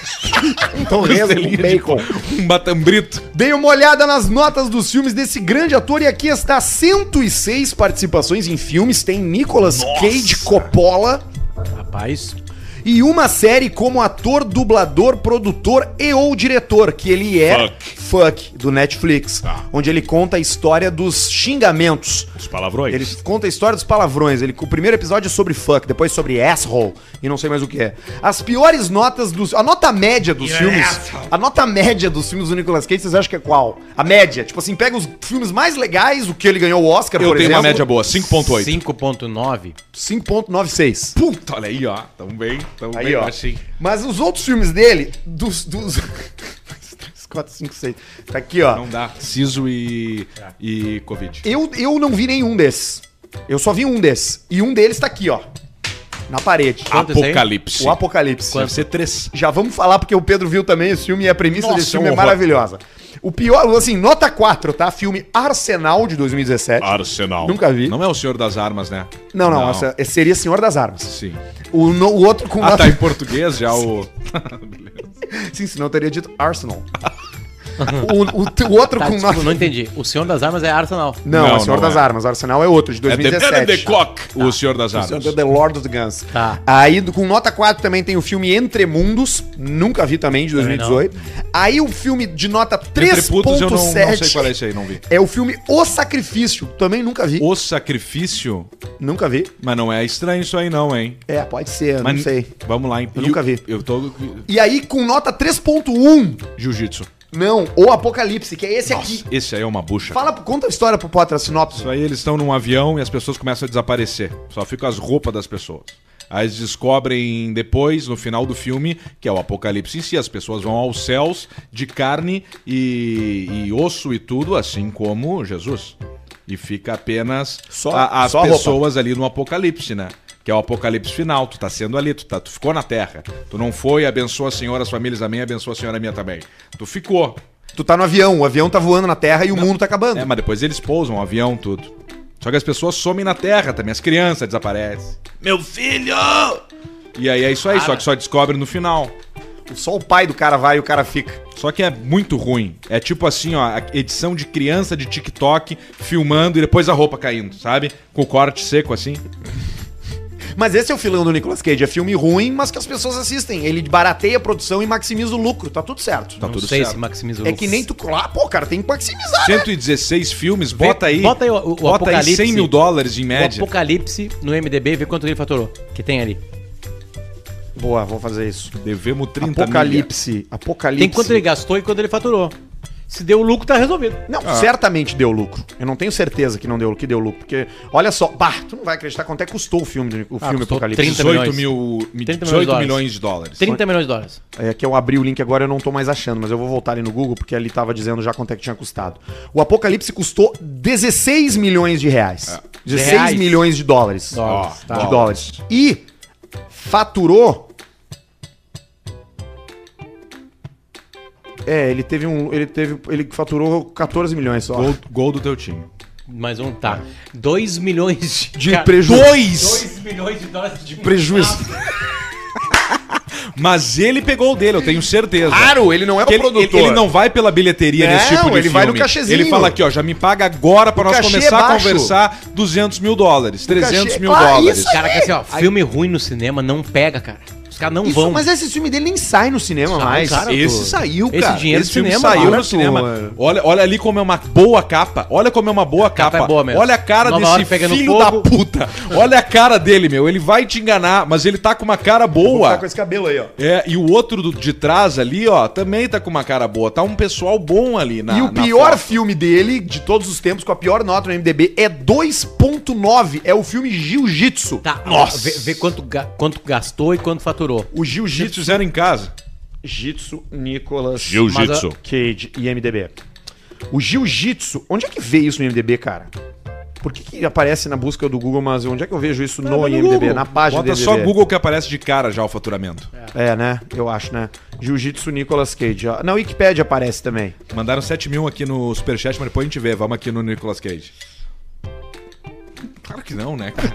Então reza com bacon. um batambrito. Dei uma olhada nas notas dos filmes desse grande ator e aqui está 106 participações em filmes. Tem Nicolas Cage Coppola Rapaz, e uma série como ator, dublador, produtor e ou diretor, que ele é Fuck, do Netflix, Tá. onde ele conta a história dos xingamentos. Os palavrões. Ele conta a história dos palavrões. Ele, o primeiro episódio é sobre fuck, depois sobre asshole e não sei mais o que é. As piores notas dos. A nota média dos filmes. A nota média dos filmes do Nicolas Cage, vocês acham que é qual? A média. Tipo assim, pega os filmes mais legais, o que ele ganhou o Oscar, Eu por tenho exemplo. uma média boa, 5.8. 5.9. 5,96. Puta, olha aí, ó. Tamo bem, tamo Aí, bem ó. baixinho. Mas os outros filmes dele, dos. dos... 4, 5, 6. Tá aqui, ó. Não dá. Siso e, e Covid. Eu, eu não vi nenhum desses. Eu só vi um desses. E um deles tá aqui, ó. Na parede. Ah, Quanto esse aí? Apocalipse. O Apocalipse. Deve ser 3. Já vamos falar, porque o Pedro viu também esse filme e a premissa Nossa, desse filme é é um horror. maravilhosa. O pior, assim, nota 4, tá? Filme Arsenal de 2017. Ah, Arsenal. Nunca vi. Não é o Senhor das Armas, né? Não, não, essa- é- esse seria Senhor das Armas. Sim. O, no- o outro com Ah, nota. tá em português já o. É Beleza. Sim, senão eu teria dito Arsenal. o, o- o outro Tá, com desculpa, nota. não entendi. O Senhor das Armas é Arsenal. Não, Não, é Senhor não das é. Armas. Arsenal é outro, de É The Man 2017. and the Clock, o Senhor das Tá. Senhor Armas. é The Lord of the Guns. Tá. Aí, do- com nota 4 também tem o filme Entre Mundos, nunca vi também, de 2018. Aí o filme de nota Entre putos eu não, não sei 3.7 qual é esse aí, não vi. é o filme O Sacrifício, também nunca vi. O Sacrifício, Nunca vi. mas não é estranho isso aí não, hein? É, pode ser, eu Mas não sei. Vamos lá, hein? Eu nunca vi. Eu tô. E aí, com nota 3.1, Jiu-jitsu. não, O Apocalipse, que é esse aqui. Esse aí é uma bucha. Fala, conta a história pro Potter, a sinopse. Isso aí, eles estão num avião e as pessoas começam a desaparecer. Só ficam as roupas das pessoas. Aí eles descobrem depois, no final do filme, que é o apocalipse em si. As pessoas vão aos céus de carne e, e osso e tudo, assim como Jesus. E fica apenas Só- a- as só a roupa. pessoas ali no apocalipse, né? Que é o apocalipse final, tu tá sendo ali, tu, tá, tu ficou na terra. Tu não foi, abençoa a senhora, as famílias, amém, abençoa a senhora, a minha também. Tu ficou. Tu tá no avião, o avião tá voando na terra e o mundo tá acabando. É, mas depois eles pousam, o avião, tudo. Só que as pessoas somem na terra também, as crianças desaparecem. Meu filho! E aí é isso aí, só que só descobre no final. Só o pai do cara vai e o cara fica. Só que é muito ruim. É tipo assim, ó, a edição de criança de TikTok filmando e depois a roupa caindo, sabe? Com o corte seco assim. Mas esse é o filão do Nicolas Cage. É filme ruim, mas que as pessoas assistem. Ele barateia a produção e maximiza o lucro. Tá tudo certo. Tá Não tudo sei certo. se maximiza o É lucro. que nem tu. Ah, pô, cara, tem que maximizar. 116 filmes, bota aí. Bota aí o- o bota aí Apocalipse. 100 mil dólares em O média. Apocalipse no MDB, vê quanto ele faturou. Que tem ali. Boa, vou fazer isso. Devemos 30 Apocalipse. Apocalipse. Tem quanto ele gastou e quanto ele faturou. Se deu lucro, tá resolvido. Não, certamente deu lucro. Eu não tenho certeza que não deu, que deu lucro, porque olha só, bah, tu não vai acreditar quanto é que custou o filme, do- o filme custou Apocalipse. 30 18 milhões. mil, 30 18 milhões de milhões de dólares. 30 milhões de dólares. É que eu abri o link agora, eu não tô mais achando, mas eu vou voltar ali no Google porque ali tava dizendo já quanto é que tinha custado. O Apocalipse custou 16 milhões de reais. 16 Reais. milhões de dólares. Dólares, Ó, tá. De dólares. E faturou É, ele teve um ele teve ele faturou 14 milhões só. Gol, gol do teu time. Mais um, tá. 2 milhões De ca- prejuízo. Dois! 2 milhões de dólares de Prejuízo. Mas ele pegou o dele, eu tenho certeza. Claro, ele não é o Que um ele, produtor. ele- ele não vai pela bilheteria nesse Não, tipo de ele filme. vai no cachezinho. Ele fala aqui, ó, já me paga agora pra O nós cachê começar é a baixo. conversar 200 mil dólares, 300 cachê- mil Ah, dólares. isso Cara, que assim, ó, filme ruim no cinema não pega, cara. Os caras não Isso, vão. Mas esse filme dele nem sai no cinema Sai, mais. cara, Esse pô. saiu, Esse cara. dinheiro do filme cinema, saiu olha tu, no cinema. mano. Olha, olha ali como é uma boa capa. Olha como é uma boa capa. capa é boa mesmo. Olha a cara Nova desse York pegando filho fogo. da puta. Olha a cara dele, meu. Ele vai te enganar, mas ele tá com uma cara boa. Tá com esse cabelo aí, ó. É, e o outro do- de trás ali, ó, também tá com uma cara boa. Tá um pessoal bom ali na e o na pior foto. filme dele, de todos os tempos, com a pior nota no MDB, é 2.9. É o filme Jiu-Jitsu. Tá, Nossa. Vê, vê quanto, ga- quanto gastou e quanto faturou. O Os hits fizeram em casa. Jiu-Jitsu Nicolas Jiu-jitsu. Cage e MDB. O Jiu-Jitsu, onde é que vê isso no MDB, cara? Por que, que aparece na busca do Google, mas onde é que eu vejo isso no, mas no IMDB? Google. Na página Bota do só IMDb? Google que aparece de cara já o faturamento. É, né? Eu acho, né? Jiu-Jitsu Nicolas Cage. ó. Na Wikipedia aparece também. Mandaram 7 mil aqui no Superchat, mas depois a gente vê. Vamos aqui no Nicolas Cage. Claro que não, né, cara?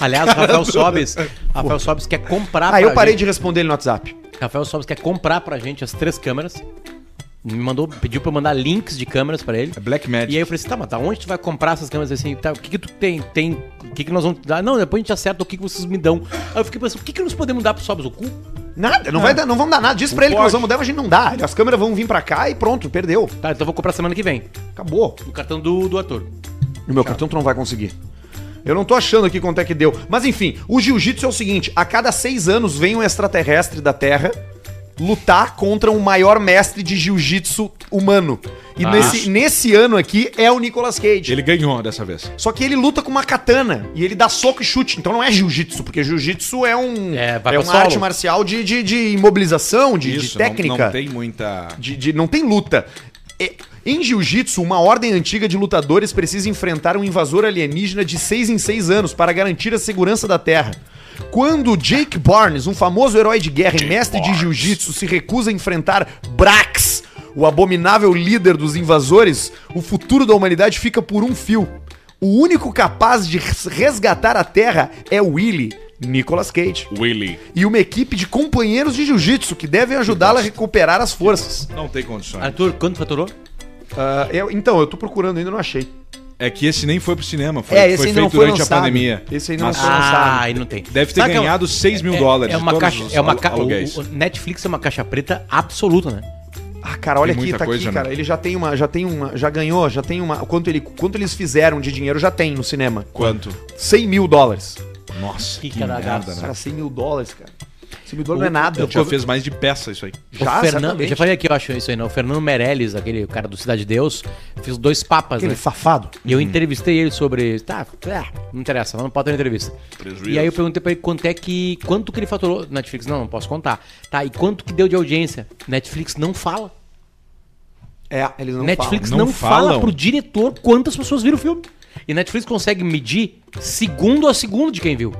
Aliás, o Rafael Sobes, Rafael Sobes quer comprar Ah, eu parei gente, de responder ele no WhatsApp. Rafael Sobes quer comprar pra gente as três câmeras. Me mandou, pediu pra eu mandar links de câmeras pra ele. É Black E Magic. aí eu falei assim, tá, mas tá, onde tu vai comprar essas câmeras assim? Tá, o que que tu tem? Tem, o que que nós vamos te dar? Não, depois a gente acerta o que que vocês me dão. Aí eu fiquei pensando, o que que nós podemos dar pro Sobes? O cu? Nada, não, vai dar, não vamos dar nada. Diz pra ele que pode. nós vamos dar, mas a gente não dá. As câmeras vão vir pra cá e pronto, perdeu. Tá, então eu vou comprar semana que vem. Acabou. No cartão do, do ator. No meu cartão tu não vai conseguir. Eu não tô achando aqui quanto é que deu. Mas enfim, o jiu-jitsu é o seguinte: a cada seis anos vem um extraterrestre da Terra lutar contra um maior mestre de jiu-jitsu humano. E Ah. nesse, nesse ano aqui é o Nicolas Cage. Ele ganhou dessa vez. Só que ele luta com uma katana e ele dá soco e chute. Então não é jiu-jitsu, porque jiu-jitsu é um É, é, vai pra uma solo. arte marcial de, de, de imobilização, de, de não- técnica. Não, tem muita. De, de- não tem luta. É, em jiu-jitsu, uma ordem antiga de lutadores precisa enfrentar um invasor alienígena de 6 em 6 anos para garantir a segurança da Terra. Quando Jake Barnes, um famoso herói de guerra e mestre de jiu-jitsu, se recusa a enfrentar Brax, o abominável líder dos invasores, o futuro da humanidade fica por um fio. O único capaz de res- resgatar a Terra é Willie, Nicolas Cage, Willy. e uma equipe de companheiros de jiu-jitsu que devem ajudá-la a recuperar as forças. Não tem condições. Arthur, quanto faturou? Ah, eu- então, eu tô procurando ainda, não achei. É que esse nem foi pro cinema. Foi, É, esse foi ainda não feito foi durante a lançado. pandemia. Esse ainda não Mas foi lançado. Ah, aí não tem. Ah, Deve ter Sabe que é uma- ganhado 6 mil é- dólares. É de uma todos caixa. os É uma al- ca... aluguéis. o, o Netflix é uma caixa preta absoluta, né? Ah, cara, olha Tem aqui, muita tá coisa, aqui, cara. né? Ele já tem uma, já tem uma, já ganhou, já tem uma. Quanto, ele, quanto eles fizeram de dinheiro já tem no cinema? Quanto? 100 mil dólares. Nossa, que, Que cagada. merda, né? Cara, 100 mil dólares, cara. Sumidor não é nada. Ele já fez mais de peça isso aí. Já, o Fernando, certamente. eu já falei aqui, eu acho isso aí, não. O Fernando Meirelles, aquele cara do Cidade de Deus, fiz dois papas, Aquele né? safado. E Uhum. eu entrevistei ele sobre. Tá, é, não interessa, não pode ter entrevista. Prejuízo. E aí eu perguntei pra ele quanto é que. Quanto que ele faturou. Netflix, não, não posso contar. Tá, e quanto que deu de audiência? Netflix não fala. É, eles não Netflix falam. não, Não fala falam. pro diretor quantas pessoas viram o filme. E Netflix consegue medir segundo a segundo de quem viu.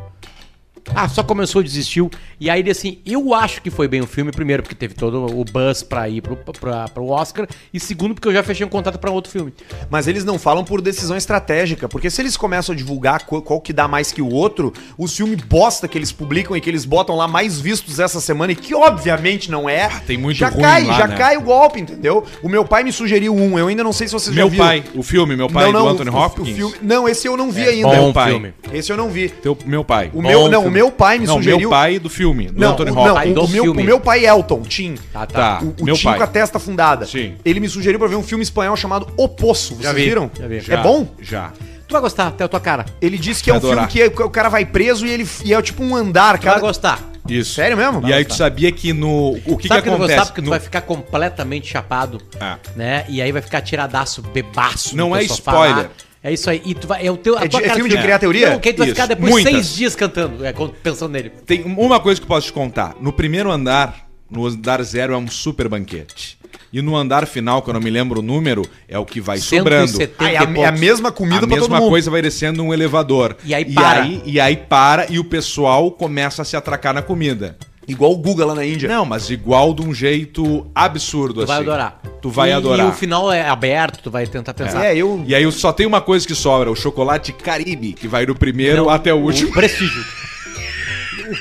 Ah, só começou, desistiu. E aí, ele assim, eu acho que foi bem o filme, primeiro, porque teve todo o buzz pra ir pro, pra, pro Oscar, e segundo, porque eu já fechei um contrato pra outro filme. Mas eles não falam por decisão estratégica, porque se eles começam a divulgar qu- qual, que dá mais que o outro, o filme bosta que eles publicam e que eles botam lá mais vistos essa semana e que obviamente não é, Ah, tem muito já ruim cai, lá, já né? cai o golpe, entendeu? O meu pai me sugeriu um, eu ainda não sei se vocês já Meu viram. pai, o filme, meu pai não, não, do Anthony o- Hopkins. É O filme, não, esse eu não vi ainda. bom Meu pai. filme. Esse eu não vi. Teu, meu pai. O meu, Bom não, o filme. meu pai me não, sugeriu. meu pai do filme, do Não, Anthony o- Hopkins. não, do o, o meu, filme. o meu pai é Elton, Tim. Tá, tá. Tá, O, o meu Tim pai. com a testa afundada. Sim. Ele me sugeriu pra ver um filme espanhol chamado O Poço. Vocês Já vi, viram? já vi. Já, É bom? Já. Tu vai gostar, até a tua cara. Tu Ele disse que é um Vai adorar. filme que o cara vai preso e ele e é tipo um andar, vai cara. gostar. Isso. Sério mesmo? E aí tu sabia que no... O que que Sabe que tu vai gostar? acontece? Porque tu No- vai ficar completamente chapado, Ah. né? E aí vai ficar tiradaço, bebaço. Não do é teu sofá spoiler. lá. É isso aí. E tu vai, é o teu, a É de- é filme de fica- criar teoria? Não, que aí tu vai Isso. ficar depois Muitas. seis dias cantando, é, pensando nele. Tem uma coisa que eu posso te contar. No primeiro andar, no andar zero é um super banquete. E no andar final, que eu não me lembro o número, é o que vai sobrando. 170 Ah, é, a, e é a poucos. mesma comida a pra todo mesma mundo. coisa vai descendo um elevador. E aí para. E aí, e aí para e o pessoal começa a se atracar na comida. Igual o Guga lá na Índia. Não, mas igual de um jeito absurdo Tu vai assim. adorar. Tu vai E- adorar. E o final é aberto, tu vai tentar pensar. É, eu. E aí só tem uma coisa que sobra, o chocolate caribe, que vai do primeiro Não, até o último. prestígio. O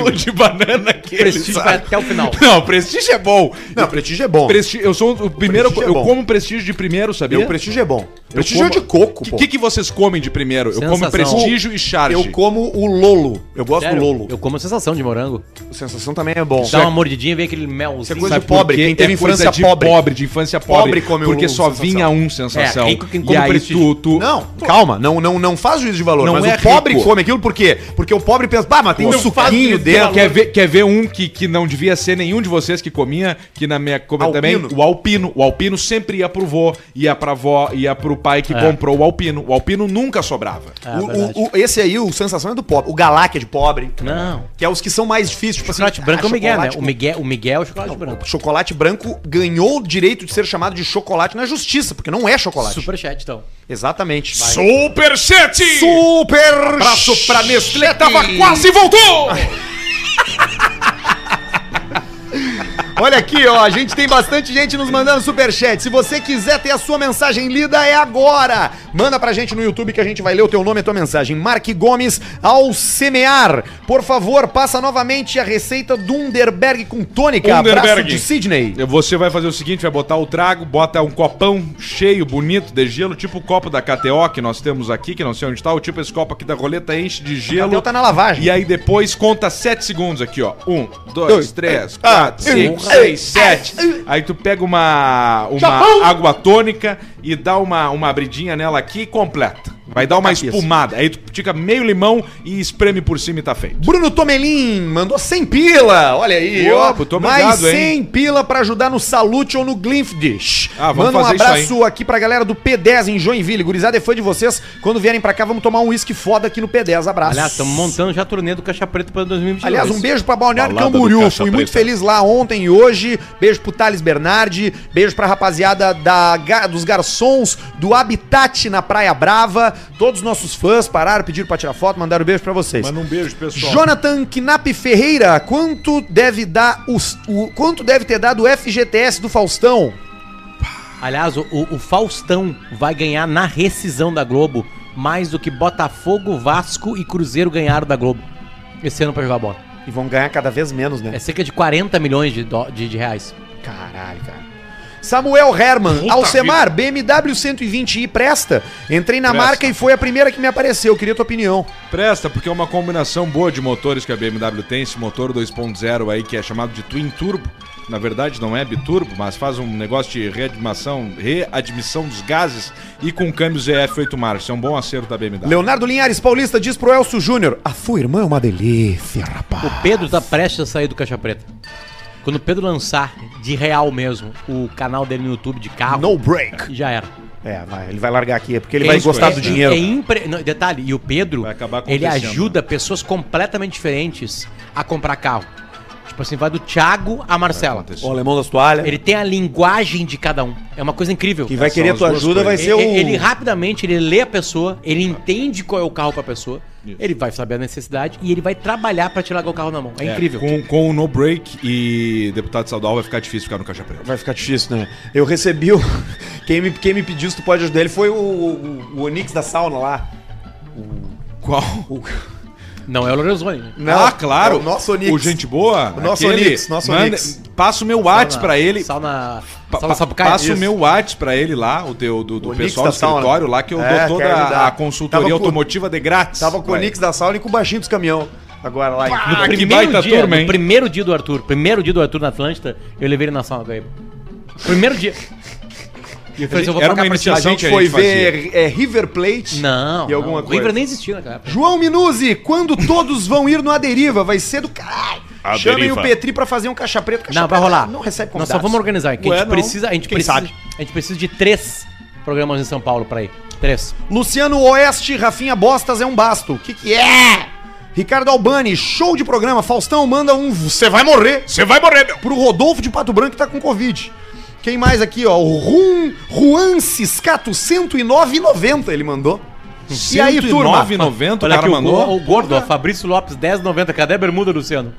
O de banana que ele prestígio sabe. vai até o final. Não, prestígio é bom. Não, prestígio é bom. Presti- Eu sou um, o primeiro. prestígio é eu bom. como prestígio de primeiro, sabia? Meu prestígio é bom. Eu Prestígio é como- de coco, que, pô. que que vocês comem de primeiro? Eu como Sensação. prestígio e charge. Eu como o Lolo. Eu gosto Sério, do Lolo. Eu como a sensação de morango. Sensação também é bom. Dá uma mordidinha e vê aquele melzinho. coisa Sabe de pobre, por quê? quem teve É coisa infância de pobre. de infância pobre. Pobre come o porque só sensação. vinha um sensação. É, quem- quem e come aí prestígio. tu, tu- Não, calma, não, não, não faz juízo de valor, Não mas é o pobre rico. come aquilo por quê? Porque o pobre pensa, ah, mas tem um Não faz suquinho juízo de valor. dentro. Quer ver, quer ver um que, que não devia ser nenhum de vocês que comia, que na minha comida Alpino. também? O Alpino. O Alpino sempre ia pro vô, ia pra vó, ia pro pai É. que comprou o Alpino. O Alpino nunca sobrava. É, O- o- verdade. o- esse aí, o sensação é do pobre. O Galáquia é de pobre. Não. Que é os que são mais difíceis. Tipo Chocolate branco é o ah, Miguel, né? chocolate O com- Miguel, o Miguel é o chocolate branco. Chocolate branco ganhou o direito de ser chamado de chocolate na justiça, porque não é chocolate. Superchat, então. Exatamente. Super Chat! Super Abraço pra Nestlé, tava Chat! quase e voltou! Olha aqui, ó, a gente tem bastante gente nos mandando superchat. Se você quiser ter a sua mensagem lida, é agora. Manda pra gente no YouTube que a gente vai ler o teu nome e a tua mensagem. Mark Gomes, ao semear. Por favor, passa novamente a receita do Underberg com tônica. Abraço Underberg. de Sidney. Você vai fazer o seguinte, vai botar o trago, bota um copão cheio, bonito, de gelo, tipo o copo da KTO que nós temos aqui, que não sei onde tá, o tipo esse copo aqui da roleta enche de gelo. Cadê? Tá na lavagem. E aí depois conta 7 segundos aqui, ó. 1, 2, Dois, 3, três, 4, quatro, 5, cinco, 6, seis, 7. Aí tu pega uma, uma Japão! água tônica e dá uma, uma abridinha nela aqui e completa. Vai dar uma Cabeça. espumada. Aí tu pica meio limão e espreme por cima e tá feito. Bruno Tomelin mandou 100 pila. Olha aí, Opa, ó. muito obrigado, mais 100 hein? pila pra ajudar é no Salute ou no Glimfdish. Ah, vamos Manda um fazer isso abraço aqui pra galera do P10 em Joinville. Gurizada é fã de vocês. Quando vierem pra cá, vamos tomar um uísque foda aqui no P10. Abraço. Aliás, estamos montando já a turnê do Caixa Preto para 2022. Aliás, um beijo pra Balneário Balada do Camboriú. Caixa Fui muito Preta. feliz lá ontem e hoje. Beijo pro Thales Bernardi. Beijo pra rapaziada da, ga- dos garçons do Habitat na Praia Brava. Todos os nossos fãs pararam, pediram pra tirar foto, mandaram beijo pra vocês. um beijo, pessoal. Jonathan Knapp Ferreira, quanto deve dar os- o quanto deve ter dado o FGTS do Faustão? Aliás, o, o Faustão vai ganhar na rescisão da Globo mais do que Botafogo, Vasco e Cruzeiro ganharam da Globo esse ano pra jogar bola. E vão ganhar cada vez menos, É né? cerca de 40 milhões de, dó- de- de reais. Caralho, cara. Samuel Herman, Puta Alcemar, BMW 120i presta. Entrei na Presta. marca e foi a primeira que me apareceu. Queria tua opinião. Presta, porque é uma combinação boa de motores que a BMW tem, esse motor 2.0 aí que é chamado de Twin Turbo. Na verdade não é biturbo, mas faz um negócio de readmissão, readmissão dos gases e com câmbio ZF 8 marchas. É um bom acerto da BMW. Leonardo Linhares Paulista diz pro Elcio Júnior: A sua irmã é uma delícia, rapaz. O Pedro tá prestes a sair do Caixa Preta. Quando o Pedro lançar, de real mesmo, o canal dele no YouTube de carro, No break. já era. É, vai, ele vai largar aqui, é porque ele É vai isso, gostar é- do dinheiro. É impre... Não, detalhe, e o Pedro, Vai acabar acontecendo, ele ajuda pessoas completamente diferentes a comprar carro. Tipo assim, vai do Thiago a Marcela. acontecer. O alemão das toalhas. Ele tem a linguagem de cada um. É uma coisa incrível. Quem vai São querer as tua duas ajuda vai coisas. ser o. E- e- Ele rapidamente ele lê a pessoa, ele entende qual é o carro pra pessoa, Isso. ele vai saber a necessidade e ele vai trabalhar pra te largar o carro na mão. É, É, incrível. Com, com o no break e deputado estadual vai ficar difícil ficar no caixa preta. Vai ficar difícil, né? Eu recebi o. Quem me, quem me pediu se tu pode ajudar ele foi o, o, o Onix da sauna lá. Qual? O- Não é o Lorenzoni. né? Não, ah, claro. é o nosso Onix. O gente boa. O nosso aquele- Onix, nosso manda- Onix. Passa o meu WhatsApp Sauna- pra ele. Sauna, Pa- sauna pa- Sapucaia. Passa o Isso. meu WhatsApp pra ele lá, o teu, do, do Onix pessoal da do sauna. escritório lá, que eu tá É, dou toda quero me a, dar. a consultoria Tava com- automotiva de grátis. Tava com o Vai. Onix da sauna e com o baixinho dos caminhão. Agora lá. Ah, No que primeiro baita dia, turma, no hein? primeiro dia do Arthur, primeiro dia do Arthur na Atlântida, eu levei ele na sauna do Gaíba. Primeiro dia. E eu falei assim, eu vou Era pagar uma pra ti. A iniciação gente que a foi gente ver é, River Plate Não, e alguma não. O coisa. River nem existia naquela época. João Minuzzi, quando todos vão ir no Aderiva? Vai ser do caralho. A Chamem deriva. o Petri pra fazer um caixa preto. Caixa Não, vai preto rolar. Não recebe Nós convidados. só vamos organizar. que a Ué, gente não. precisa, a gente Quem precisa, sabe? a gente precisa de três programas em São Paulo pra ir. Três. Luciano Oeste, Rafinha Bostas é um basto. O que que é? Ricardo Albani, show de programa. Faustão manda um você vai morrer Você vai morrer, meu! pro Rodolfo de Pato Branco que tá com Covid. Quem mais aqui, ó? O Rum, Juan Ciscato, 109,90 ele mandou. E aí, turma? 109,90 o Olha cara aqui, o, go- mandou. o gordo, ó, Fabrício Lopes, 10,90. Cadê a bermuda, Luciano?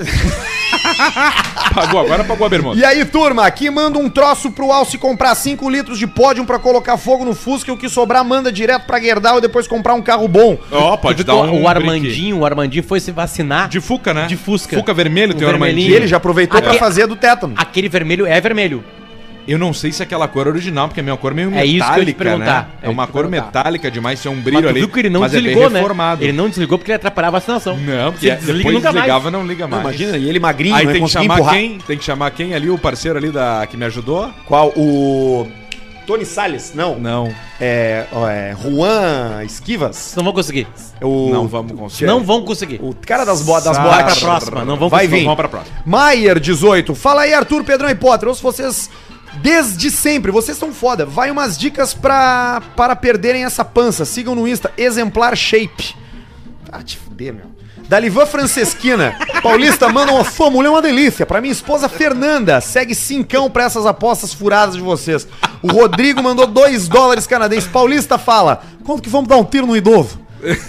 Pagou agora, pagou a bermuda. E aí, turma, aqui manda um troço pro Alce comprar 5 litros de pódio um pra colocar fogo no Fusca e o que sobrar manda direto pra Gerdau e depois comprar um carro bom. Ó, pode Tu dar viu um. o brinque. Armandinho, o Armandinho foi se vacinar. De Fuca, né? De Fusca. Fuca vermelho, Um tem o Armandinho. E ele já aproveitou pra Aque- fazer a do tétano. Aquele vermelho é vermelho. Eu não sei se é aquela cor original, porque a minha cor é meio É metálica, isso que eu ia te perguntar. né? É É uma isso que eu cor ia perguntar. metálica demais, tem um Mas brilho tu ali. viu que ele não mas desligou, é bem né? reformado. Ele não desligou porque ele atrapalhava a vacinação. Não, porque Se depois nunca mais. desligava, não liga mais. e ele magrinho, Aí né, tem que conseguia chamar empurrar. quem? Tem que chamar quem ali, o parceiro ali da que me ajudou? Qual? O. Tony Salles? Não. Não, É, ó, é. Juan Esquivas? Não vão conseguir. O, não vamos conseguir. Não vão conseguir. O cara das, bo das Vai pra botas. próxima. Não vão Vai conseguir. vir. Vamos pra próxima. Maier 18. Fala aí, Arthur, Pedrão e Potter. Ouço vocês desde sempre. Vocês são foda. Vai umas dicas pra, para perderem essa pança. Sigam no Insta. Exemplar Shape. Ah, te fuder, meu. Dalivan Franceschina. Paulista, manda uma sua mulher é uma delícia. Pra minha esposa Fernanda. Segue cincão pra essas apostas furadas de vocês. O Rodrigo mandou 2 dólares canadenses. Paulista fala: quando que vamos dar um tiro no idoso?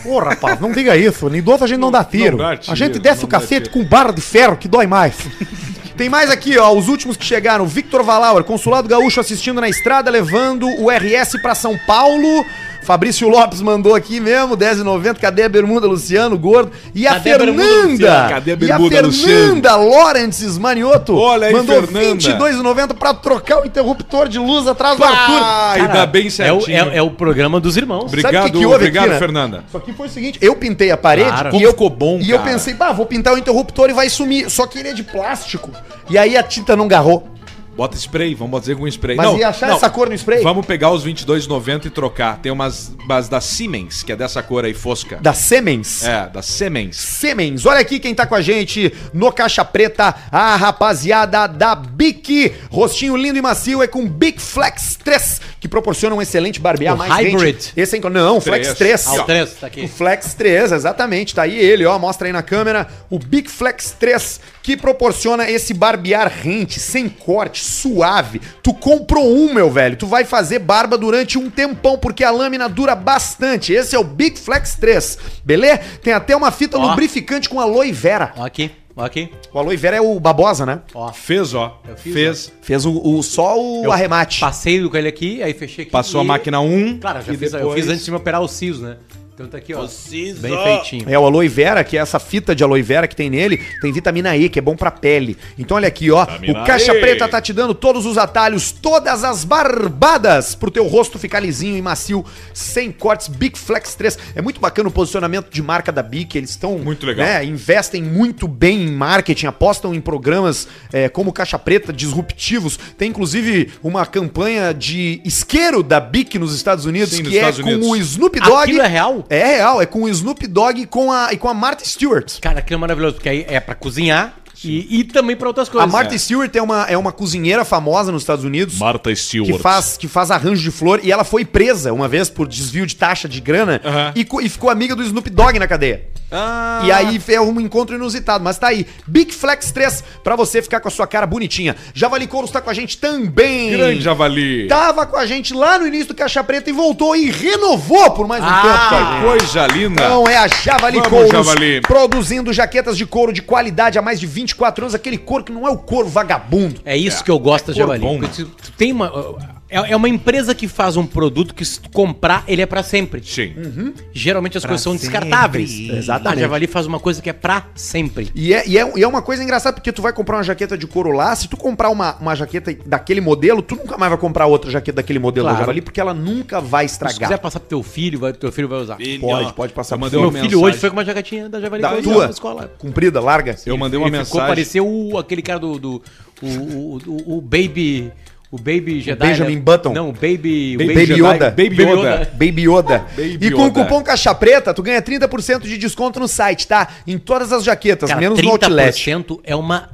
Ô, rapaz, não diga isso. No idoso a gente não, dá tiro. dá a tiro, gente desce não o dá cacete tiro. com barra de ferro que dói mais. Tem mais aqui, ó, os últimos que chegaram. Victor Valauer, consulado gaúcho assistindo na estrada, levando o RS pra São Paulo. Fabrício Lopes mandou aqui mesmo, 10,90. Cadê a bermuda, Luciano, gordo? E a Cadê a bermuda, Fernanda? Luciano? Cadê a bermuda, e a Luciano? Fernanda Lawrence Manioto Olha aí, mandou Fernanda. 22,90 pra trocar o interruptor de luz atrás do Arthur. Ah, ainda bem É o, certinho. é- é o programa dos irmãos. Sabe o que Obrigado, que houve obrigado, aqui, né? Fernanda. Isso aqui foi o seguinte, eu pintei a parede Claro. e Como eu ficou bom, E eu cara. pensei, bah, vou pintar o interruptor e vai sumir. Só que ele é de plástico. E aí a tinta não garrou. Bota spray, vamos fazer com spray. Mas ia achar essa cor no spray? Vamos pegar os 22,90 e trocar. Tem umas, umas da Siemens, que é dessa cor aí, fosca. Da Semens. É, da Siemens. Semens. Olha aqui quem tá com a gente no Caixa Preta, a rapaziada da Bic. Rostinho lindo e macio é com Big Flex 3, que proporciona um excelente barbear O mais hybrid. rente. Esse é enco- não, Flex 3. Três. Ao três, tá O aqui. Flex 3, exatamente, tá aí ele, ó, mostra aí na câmera, o Big Flex 3, que proporciona esse barbear rente, sem corte, suave. Tu comprou um, meu velho, tu vai fazer barba durante um tempão, porque a lâmina dura bastante. Esse é o Big Flex 3, beleza? Tem até uma fita Ó. lubrificante com aloe vera. Ó aqui, ó aqui. O aloe vera é o babosa, né? Ó. Fez, ó. Eu fiz, Fez. Fez o, o- só É o Eu arremate. Passei com ele aqui, aí fechei aqui. Passou a e- máquina 1. Claro, eu já e fiz, eu depois- fiz antes de me operar o siso, né? Então Então tá aqui, ó. Vocês, Bem ó. feitinho. É o aloe vera, que é essa fita de aloe vera que tem nele, tem vitamina E, que é bom pra pele. Então olha aqui, ó, Vitamina o Caixa E. Preta tá te dando todos os atalhos, todas as barbadas pro teu rosto ficar lisinho e macio, sem cortes, Big Flex 3. É muito bacana o posicionamento de marca da Bic, eles estão, Muito legal. né, investem muito bem em marketing, apostam em programas é, como Caixa Preta, disruptivos. Tem inclusive uma campanha de isqueiro da Bic nos Estados Unidos, Sim, nos que é Estados Unidos. com o Snoop Dogg. Aquilo é real? É real, é com o Snoop Dogg e com a, e com a Martha Stewart. Cara, aquilo é maravilhoso, porque aí é pra cozinhar e, e também pra outras A coisas. Martha Stewart é uma, é uma cozinheira famosa nos Estados Unidos. Marta Stewart. que faz, que faz arranjo de flor e ela foi presa uma vez por desvio de taxa de grana Aham. e, co- e ficou amiga do Snoop Dogg na cadeia. Ah, E aí é um encontro inusitado, mas tá aí. Big Flex 3 pra você ficar com a sua cara bonitinha. Javali Couros tá com a gente também. Grande javali. Tava com a gente lá no início do Caixa Preta e voltou e renovou por mais um Ah, tempo. com a gente. Coisa linda. Então é a Javali Vamos, Couros, Javali. produzindo jaquetas de couro de qualidade há mais de 24 anos, aquele couro que não é o couro vagabundo. É isso que eu gosto da Cor Javali. bom. porque tu- tu Tem uma, é é uma empresa que faz um produto que se tu comprar, ele é pra sempre. Sim. Uhum. Geralmente as coisas são descartáveis. Exatamente. A Javali faz uma coisa que é pra sempre. E é, e, é, e é uma coisa engraçada, porque tu vai comprar uma jaqueta de couro lá, se tu comprar uma, uma jaqueta daquele modelo, tu nunca mais vai comprar outra jaqueta daquele modelo Claro. da Javali, porque ela nunca vai Se quiser estragar. passar pro teu filho, vai, teu filho vai usar. Filho, ó. Pode, pode passar. Eu por mandei cima. Meu uma filho mensagem. hoje foi com uma jaquetinha da Javali da Coelho tua, na escola. comprida, larga. Eu mandei uma Ele ficou mensagem. pareceu o- aquele cara do, do- o, o, o- o Baby... O Baby Jedi. né? Benjamin Button. Não, o Baby... o Baby Baby Yoda. Baby Baby Yoda. Yoda. Baby Yoda. Baby e com o Yoda. cupom Caixa Preta, tu ganha 30% de desconto no site, tá? Em todas as jaquetas, Cara, menos no Outlet. 30% é uma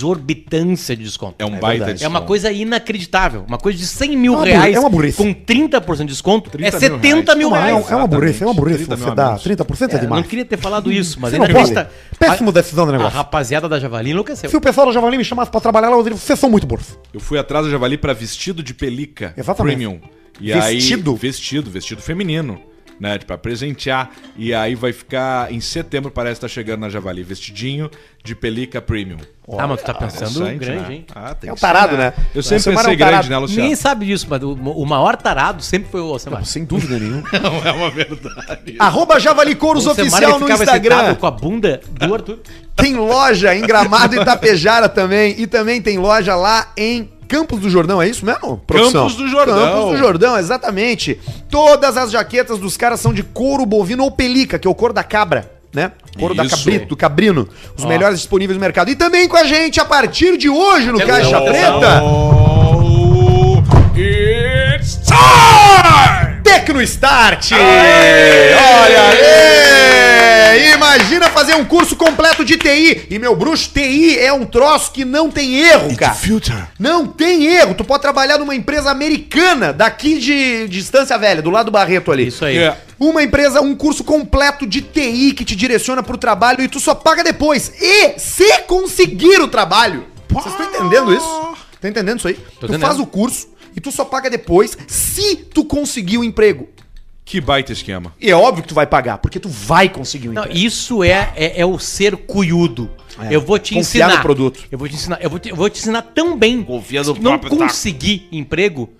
exorbitância de desconto. É um baita verdade. de É uma som. coisa inacreditável. Uma coisa de 100 mil É uma burrice, reais é uma burrice. com 30% de desconto 30 é mil 70 mil Não, é, reais. um- é uma burrice, é uma burrice. 30 mil Você a dá menos. 30% é É, não demais. queria ter falado isso, mas Você aí na não pode. entrevista. Péssimo decisão do A, a negócio. rapaziada da Javali enlouqueceu. Se o pessoal da Javali me chamasse pra trabalhar lá, eu diria, vocês são muito burros. Eu fui atrás da Javali pra vestido de pelica Exatamente. premium. E Vestido? Aí, vestido, vestido feminino. Né, pra presentear. E aí vai ficar em setembro, parece que tá chegando na Javali. Vestidinho de pelica premium. ah, mas tu tá pensando Interessante, grande, né? hein? Ah, tem É um que tarado, ser, né? Eu sempre Samara é um pensei tarado. grande, né, Luciano? Ninguém sabe disso, mas o, o maior tarado sempre foi o Alcemar. Sem dúvida nenhuma. Arroba Javali Couros é Oficial no Instagram. com a bunda do Ah. Arthur. Tem loja em Gramado e Itapejara também. E também tem loja lá em Campos do Jordão, é isso mesmo? Campos do Jordão. Campos do Jordão, exatamente. Todas as jaquetas dos caras são de couro bovino ou pelica, que é o couro da cabra. Né? Couro da Isso. cabrito, do cabrino. Os melhores disponíveis no mercado. E também com a gente a partir de hoje no Caixa Preta. Oh, it's time! Tecno Start! Olha aí! É, Imagina fazer um curso completo de TI. E meu bruxo, TI é um troço que não tem erro, cara. Filter. Não tem erro. Tu pode trabalhar numa empresa americana daqui de, de Estância Velha, do lado do Barreto ali. Isso aí. É. Uma empresa, um curso completo de TI que te direciona pro trabalho e tu só paga depois. E se conseguir o trabalho. Vocês estão entendendo isso? Tá entendendo isso aí? tu entendendo. faz o curso e tu só paga depois se tu conseguir o emprego. Que baita esquema. E é óbvio que tu vai pagar, porque tu vai conseguir o Não, emprego. isso é, é, é o ser cuiudo. É. Eu vou te Confiar ensinar. no produto. Eu vou te ensinar. Eu vou te, eu vou te ensinar tão bem. Confia Se no tu não próprio taco. conseguir emprego,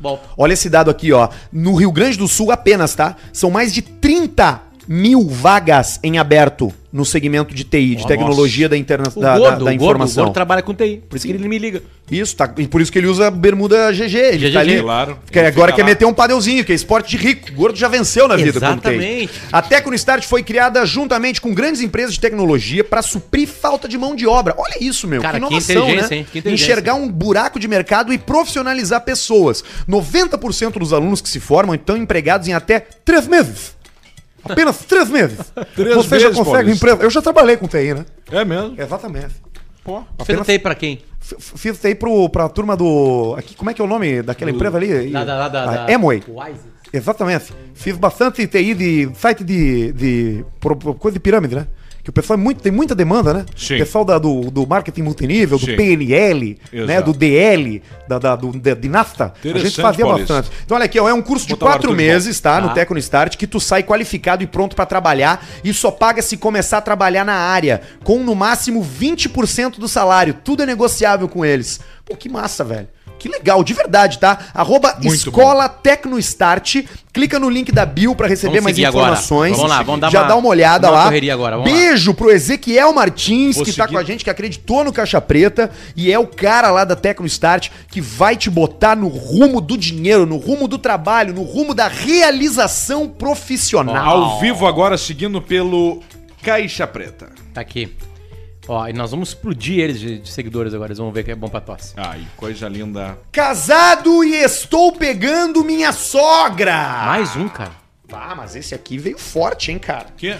volta. Olha esse dado aqui, ó. No Rio Grande do Sul apenas, tá? São mais de 30 mil vagas em aberto no segmento de TI, de Ó, tecnologia da, interna O da, da- gordo, da o gordo, o informação. gordo trabalha com TI. Por isso que ele me liga. Isso, tá. E por isso que ele usa bermuda GG. Ele GG, tá ali. claro. Que Ele agora fica quer lá. meter um padeuzinho, que é esporte de rico. O gordo já venceu na vida quando tem. Exatamente. A Tecnostart foi criada juntamente com grandes empresas de tecnologia para suprir falta de mão de obra. Olha isso, meu. né? Cara, que inteligência, hein? Que inteligência. Enxergar um buraco de mercado e profissionalizar pessoas. 90% dos alunos que se formam estão empregados em até três meses. Apenas três meses. Três Você meses, já consegue Paulista. empresa. Eu já trabalhei com TI, né? É mesmo? Exatamente. Pô. Fez o TI pra quem? F- Fiz isso aí pro, pra turma do. Aqui, como é que é o nome daquela empresa ali? Da, da, da, da, É, A Amway. Wise. Exatamente. Fiz bastante TI de site de. de pro- pro- coisa de pirâmide, né? Que o pessoal é muito, tem muita demanda, né? Sim. O pessoal da- do, do marketing multinível, do Sim. PNL, né? Exato. do DL, da, da, do, da, de NAFTA. A gente Interessante, fazia Paulista. bastante. Então, olha aqui, ó, é um curso de Botar o quatro Arthur de meses, tá? No Tá. Tecnostart, que tu sai qualificado e pronto pra trabalhar e só paga se começar a trabalhar na área, com no máximo 20% do salário. Tudo é negociável com eles. Pô, que massa, velho. Que legal, de verdade, tá? Arroba Muito Escola Tecnostart. Clica no link da bio pra receber Vamos mais seguir agora. informações. Vamos lá, vamos dar Já uma- dá uma olhada uma lá. correria agora, vamos lá. Beijo pro Ezequiel Martins, Vou que tá seguir. com a gente, que acreditou no Caixa Preta e é o cara lá da Tecnostart que vai te botar no rumo do dinheiro, no rumo do trabalho, no rumo da realização profissional. Ao vivo agora, seguindo pelo Caixa Preta. Tá aqui. Ó, e nós vamos explodir eles de, de seguidores agora. Eles vão ver que é bom pra tosse. Ai, coisa linda. Casado e estou pegando minha sogra. Mais um, cara. Ah, mas esse aqui veio forte, hein, cara? Que?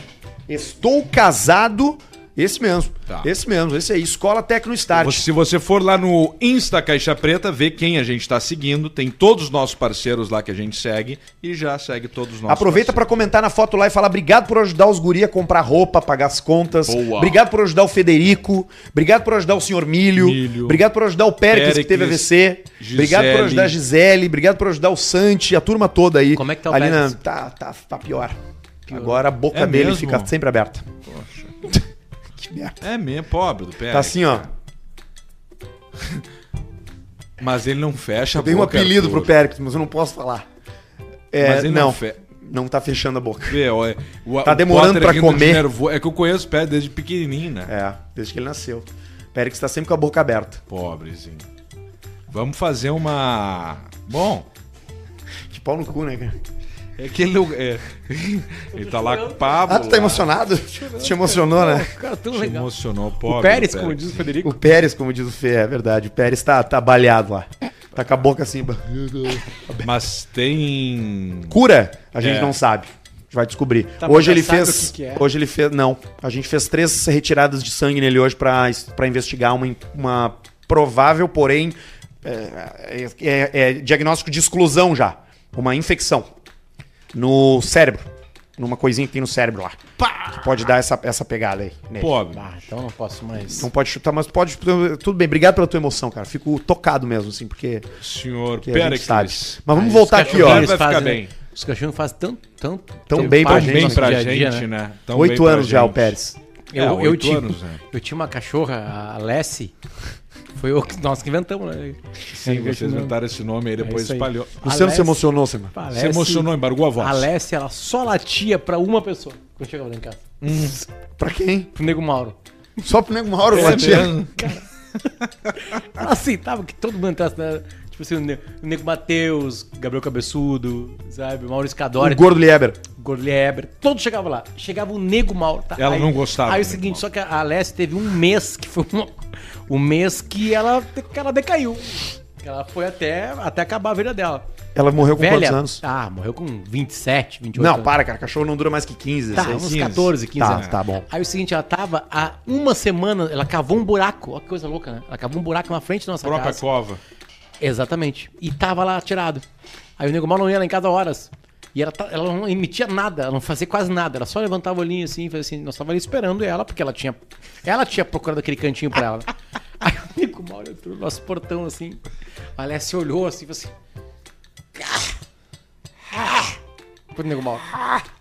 Estou casado. Esse mesmo. Tá. Esse mesmo, esse aí. Escola Tecnostart. Você- Se você for lá no Insta Caixa Preta, vê quem a gente tá seguindo. Tem todos os nossos parceiros lá que a gente segue e já segue todos os nossos Aproveita pra parceiros. comentar na foto lá e falar obrigado por ajudar os guri a comprar roupa, pagar as contas. Boa. Obrigado por ajudar o Federico. Obrigado por ajudar o senhor Milho. Milho. Obrigado por ajudar o Péricles, que Péricles, teve AVC. Obrigado por Gisele. ajudar a Gisele. Obrigado por ajudar o Santi, a turma toda aí. Como é que tá o Ali na... Péricles? tá, tá, tá pior. Agora a boca É dele mesmo? fica sempre aberta. que merda. É mesmo, pobre do pé. Tá assim, ó. Mas ele não fecha a Eu dei um boca, apelido Arthur. pro Péricles, mas eu não posso falar. É, Mas ele não não, fe- não tá fechando a boca. Vê, ó, é- o- Tá o demorando Potter pra rindo de comer. nervo- É que eu conheço o pé desde pequenininho, né? É, desde que ele nasceu. Péricles tá sempre com a boca aberta. Pobrezinho. Vamos fazer uma. Bom, Que pau no cu, né, cara? é que ele. não- é, ele tá lá com o Pablo. Ah, tu tá emocionado? Te emocionou, né? Cara, tão Lá. Se emocionou, pobre. O do Pérez, como diz o Federico. O Pérez, como diz o Fê, é verdade. O Pérez tá, tá baleado lá. Tá com a boca assim. ba- Mas tem. Cura? A gente É. não sabe. A gente vai descobrir. Tá, mas hoje já ele sabe fez. o que que é? Hoje ele fez. Não. A gente fez três retiradas de sangue nele hoje pra, pra investigar uma, uma provável, porém. É, é- é diagnóstico de exclusão já. Uma infecção. No cérebro. Numa coisinha que tem no cérebro lá. Que pode dar essa, essa pegada aí. nele. Pobre. Ah, então não posso mais. Não pode chutar, mas pode. Tudo bem, obrigado pela tua emoção, cara. Fico tocado mesmo, assim, porque Senhor que a gente Pérez. sabe. Mas vamos voltar aqui, ó. cachorros- vai ficar bem. Os cachorros fazem tanto, tanto. Tão tem bem pra parte gente, Bem nosso pra dia a dia, gente, né? Tão bem Oito pra anos já, o gente. Pérez. Eu, É, eu oito tinha, anos, né? eu tinha uma cachorra, a Lessie. Foi o que nós que inventamos, né? Sim, vocês inventaram esse nome aí, depois isso aí. espalhou. Luciano Alex- se emocionou, Semana. A Se emocionou, embargou a voz. A Lessie, ela só latia pra uma pessoa quando chegava lá em casa. Pra quem? Pro Nego Mauro. Só pro nego uma hora o É Latia. mesmo? Ela aceitava que todo mundo entrasse na... Tipo assim, o Ne- o Nego Mateus, Gabriel Cabeçudo, sabe? Maurício Cadore, O gordo Lieber. Gordo Lieber, todos chegavam lá. Chegava o Nego Mauro. tá? Ela não gostava Aí o do Nego seguinte, Mauro. só que a Alessia teve um mês que foi um, um mês que ela, que ela decaiu. Que Ela foi até, até acabar a vida dela. Ela morreu com Velha. quantos Tá, anos? Ah, morreu com 27, 28 Não, anos. para, cara. Cachorro não dura mais que 15, Tá, 16. uns 15. 14, 15 Tá, anos. tá bom. Aí o seguinte, ela tava há uma semana, ela cavou um buraco, olha que coisa louca, né? Ela cavou um buraco na frente da nossa Própria casa. cova. Exatamente. E tava lá atirado. Aí o Nego Mal não ia lá em casa horas. E ela, ta- ela não emitia nada, ela não fazia quase nada. Ela só levantava o olhinho assim, fazia assim. Nós tava ali esperando ela, porque ela tinha, ela tinha procurado aquele cantinho pra ela. Aí o Nego Mal entrou no nosso portão assim. A Alessia olhou assim, falou assim. "Ah, Pro Nego Mal.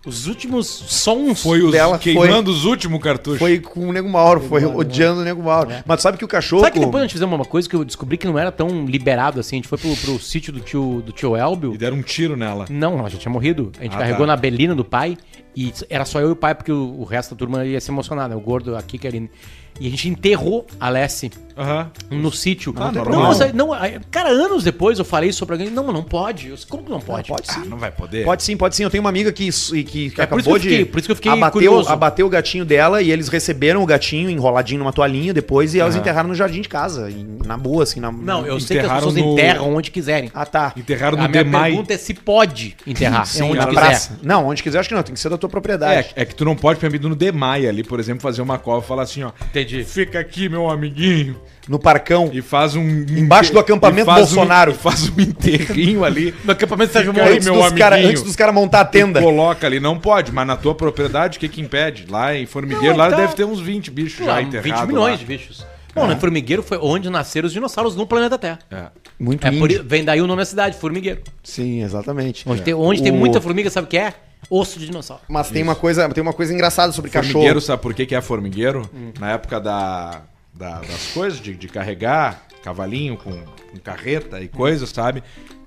Os últimos sons Foi os Dela foi- queimando os últimos cartuchos. Foi com o nego Mauro, foi odiando o nego Mauro. Mas tu sabe que o cachorro. Sabe que depois nós fizemos uma coisa que eu descobri que não era tão liberado assim? A gente foi pro, pro sítio do tio, do tio Elbio. E deram um tiro nela. Não, ela já tinha morrido. A gente Ah, tá. carregou na Belina do pai e era só eu e o pai, porque o, o resto da turma ia se emocionar, né? O gordo, a Kika, a Aline. E a gente enterrou a Lessie Aham. no sítio. Ah, não, normal. mas aí- não, aí- cara, anos depois eu falei isso pra alguém. Não, mas não pode. Eu disse, Como que não pode? Pode sim. Ah, não vai poder. Pode sim, pode sim. Eu tenho uma amiga que, isso- e que, que É, por acabou isso que eu de. fiquei- por isso que eu fiquei abateu, curioso. abateu o gatinho dela e eles receberam o gatinho enroladinho numa toalhinha depois e elas enterraram no jardim de casa, em- na boa, assim. Na, Não, eu sei que as Enterraram pessoas no- enterram onde quiserem. Ah, tá. Enterraram A no minha Demai. pergunta é se pode enterrar. Sim, é onde na quiser. Praça. Não, onde quiser, acho que não. Tem que ser da tua propriedade. É, é que tu não pode, por exemplo, no Demai ali, por exemplo, fazer uma cova e falar assim, ó. Entendi. Fica aqui, meu amiguinho. No parcão. E faz um. Embaixo do acampamento e faz Bolsonaro. Um, faz um enterrinho ali. No acampamento Sérgio Fica Moro. aí, antes, meu dos cara, amiguinho. antes dos caras montar a tenda. Coloca ali, não pode, mas na tua propriedade, o que que impede? Lá em Formigueiro, Não, lá tá- deve ter uns 20 bichos já Lá, enterrados. 20 milhões lá. de bichos. Bom, né? Formigueiro foi onde nasceram os dinossauros no planeta Terra. É. Muito É lindo. por, i- vem daí o nome da cidade, Formigueiro. Sim, exatamente. É. Onde, tem, onde O- tem muita formiga, sabe o que é? Osso de dinossauro. Mas tem uma, coisa, tem uma coisa engraçada sobre Formigueiro, cachorro. Hum. sabe por que que é formigueiro? Na época da da- das coisas, de, de carregar cavalinho com, com carreta e coisas, sabe?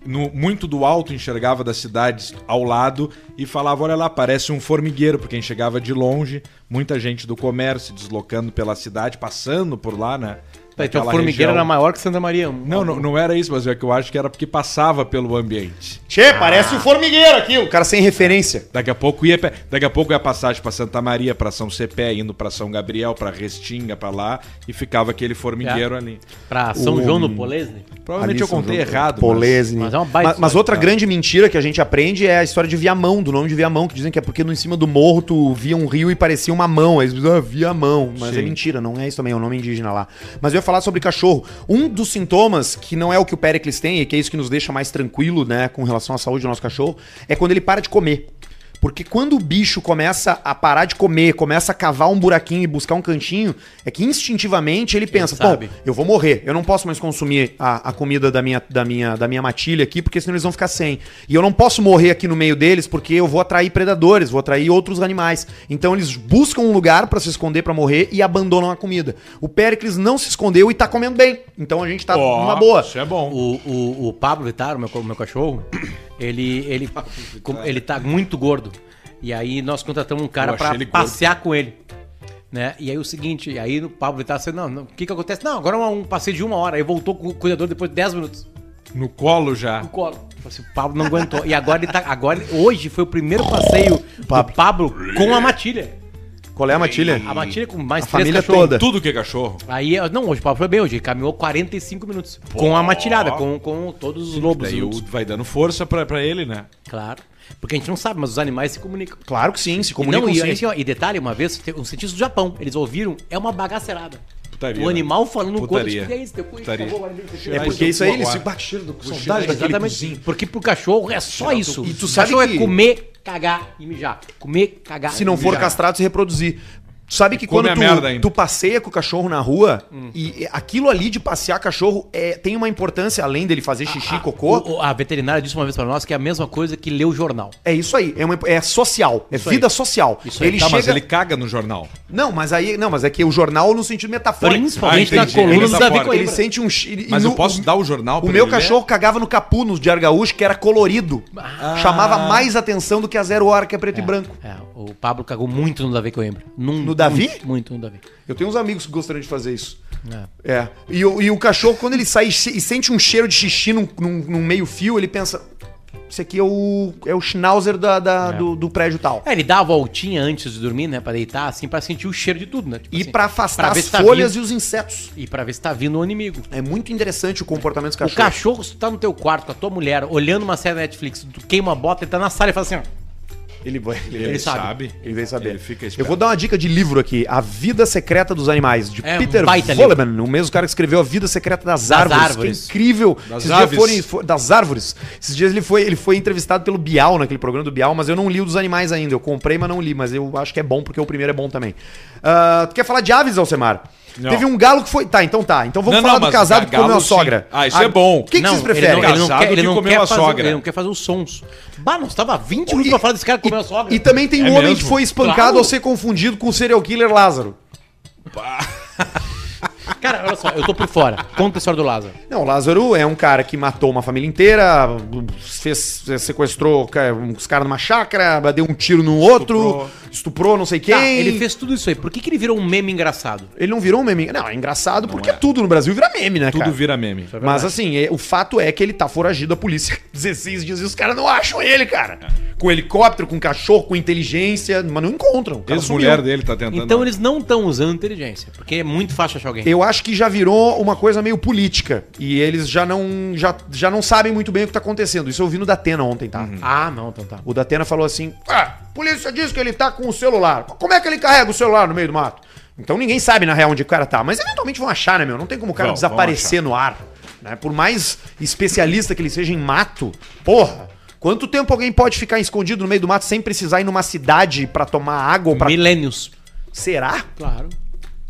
No- muito do alto enxergava das cidades ao lado e falava: olha lá, parece um formigueiro, porque enxergava de longe, muita gente do comércio deslocando pela cidade, passando por lá, né? Então Naquela a região. formigueira era maior que Santa Maria. Não, não, não era isso, mas é que eu acho que era porque passava pelo ambiente. Tchê, parece o formigueiro aqui, o cara sem referência. Daqui a pouco ia, pe- daqui a pouco ia passagem pra Santa Maria, pra São Cepé, indo pra São Gabriel, pra Restinga, pra lá, e ficava aquele É. formigueiro ali. Pra São João do Polesne. Provavelmente eu contei errado. Polesne. mas Mas, é uma baita mas outra grande mentira que né? a gente aprende é a história de Viamão, do nome de Viamão, que dizem que é porque no em cima do morro tu via um rio e parecia uma mão. Aí eles dizem, ah, Viamão. Mas é mentira, não é isso também, é um nome indígena lá. Mas eu ia falar sobre cachorro. Um dos sintomas, que não é o que o Pericles tem, e que é isso que nos deixa mais tranquilo, né, com relação à saúde do nosso cachorro, é quando ele para de comer. Porque quando o bicho começa a parar de comer, começa a cavar um buraquinho e buscar um cantinho, é que instintivamente ele pensa, pô, sabe. eu vou morrer, eu não posso mais consumir a, a comida da minha, da, minha, da minha matilha aqui, porque senão eles vão ficar sem. E eu não posso morrer aqui no meio deles, porque eu vou atrair predadores, vou atrair outros animais. Então eles buscam um lugar pra se esconder, pra morrer e abandonam a comida. O Péricles não se escondeu e tá comendo bem. Então a gente tá Ó, numa boa. Isso é bom. O, o, o Pablo Vittar, o meu, co- meu cachorro, ele, ele, com- ele tá muito gordo. E aí nós contratamos um cara Eu achei pra ele gordo. passear com ele. Né? E aí o seguinte, e aí o Pablo Vittar disse, não, não, o que que acontece? Não, agora é um passeio de uma hora. Aí voltou com o cuidador depois de 10 minutos. No colo já. no colo. Falei assim, o Pablo não aguentou. E agora ele tá. Agora, ele- hoje foi o primeiro passeio do Pablo com a matilha. Qual é a matilha? A matilha com mais A três família cachorros. toda. Tudo que é cachorro. Aí, não, hoje o Pablo foi bem, hoje ele caminhou 45 minutos. Com a matilhada, com, com todos os lobos. Daí o- os- vai dando força pra, pra ele, né? Claro. Porque a gente não sabe, mas os animais se comunicam. Claro que sim, se E comunicam não, e, sim. assim, ó, e detalhe, uma vez, tem um cientista do Japão, eles ouviram, é uma bagacerada. Putaria, o né? animal falando no corpo, Putaria. que é isso, teu cu, Putaria. acabou, agora ele- É Ah, porque isso isso é aí, bom, ele se agora. bate cheiro do saudade daquele Exatamente. Porque pro cachorro é só isso. E tu O sabe cachorro que- é comer, cagar e mijar. Comer, cagar se não e for mijar. castrado, se reproduzir. Tu sabe que come quando a merda tu, ainda. tu passeia com o cachorro na rua, Uhum. e aquilo ali de passear cachorro é, tem uma importância, além dele fazer Ah, xixi e cocô, O- o- a veterinária disse uma vez pra nós que é a mesma coisa que ler o jornal. é isso aí, é, uma- é social, é Isso aí. vida social. Isso aí. ele tá, chega... mas ele caga no jornal. Não, mas aí. Não, mas é que o jornal no sentido metafórico. Principalmente Ah, na entendi. Ele coluna do tá Davi fora. Ele Coimbra. sente um. chi- e Mas no- eu posso dar o jornal O pra meu ele né? cagavam ler? cachorro cagava no capu nos Diário Gaúcho, que era colorido. Ah. Chamava mais atenção do que a zero hora, que é preto e branco. É, o Pablo cagou muito no Davi Coimbra. Num- No Davi? Muito, muito no Davi. Eu tenho uns amigos que gostariam de fazer isso. É. É. E, o- e o cachorro, quando ele sai e se- e sente um cheiro de xixi num, num- num meio fio, ele pensa. Isso aqui é o, é o schnauzer da, da- do, do prédio tal. É, ele dá a voltinha antes de dormir, né? Pra deitar, assim, pra sentir o cheiro de tudo, né? Tipo E assim, pra afastar ver as se tá folhas vivo. e os insetos. E pra ver se tá vindo o inimigo. É muito interessante o comportamento dos O cachorros. cachorro, se tu tá no teu quarto com a tua mulher, olhando uma série da Netflix, tu queima a bota, ele tá na sala e fala assim, ó. Ele vai. Ele, Ele sabe. ele vem saber. Ele fica Eu esperto. vou dar uma dica de livro aqui: A Vida Secreta dos Animais, de É, um Peter baita Voleman, o mesmo cara que escreveu A Vida Secreta das, Árvores. Árvores. Que é incrível. Das dias aves. foram- fo- das árvores. Esses dias ele foi, ele foi entrevistado pelo Bial, naquele programa do Bial, mas eu não li o dos animais ainda. Eu comprei, mas não li. Mas eu acho que é bom, porque o primeiro é bom também. Ah, tu quer falar de aves, Alcemar? Não. Teve um galo que foi. Tá, então tá. Então vamos Não, falar não, do mas casado que galo, comeu a sim. sogra. Ah, isso é bom. O que, que Não, vocês ele não- preferem? Ele não, Casado quer, ele que não comeu quer a fazer, sogra. Ele não quer fazer os sons. Bah, nós tava 20 minutos pra falar desse cara que comeu a sogra. E também tem um É homem mesmo? que foi espancado Claro. ao ser confundido com o serial killer Lázaro. Ah, Cara, olha só, eu tô por fora. Conta a história do Lázaro. Não, o Lázaro é um cara que matou uma família inteira, fez, sequestrou ca- uns caras numa chácara, deu um tiro no outro, estuprou, não sei quem. Tá, ele fez tudo isso aí. Por que, que ele virou um meme engraçado? Ele não virou um meme. Não, é engraçado porque tudo no Brasil vira meme, né, Tudo cara? vira meme. Mas assim, é- o fato é que ele tá foragido da polícia 16 dias e os caras não acham ele, cara. É. Com helicóptero, com cachorro, com inteligência, mas não encontram. O cara Ex-mulher sumiu. dele tá tentando. Então eles não estão usando inteligência, porque é muito fácil achar alguém. Eu acho que já virou uma coisa meio política. E eles já não, já, já não sabem muito bem o que tá acontecendo. Isso eu vi no Datena ontem, tá? Ah, não, então tá. O Datena falou assim: ah, polícia diz que ele tá com o celular. Como é que ele carrega o celular no meio do mato? Então ninguém sabe na real onde o cara tá. Mas eventualmente vão achar, né, meu? Não tem como o cara Vão, vão desaparecer no ar. Né? Por mais especialista que ele seja em mato, porra. Quanto tempo alguém pode ficar escondido no meio do mato sem precisar ir numa cidade pra tomar água? ou Pra... Milênios. Será? Claro.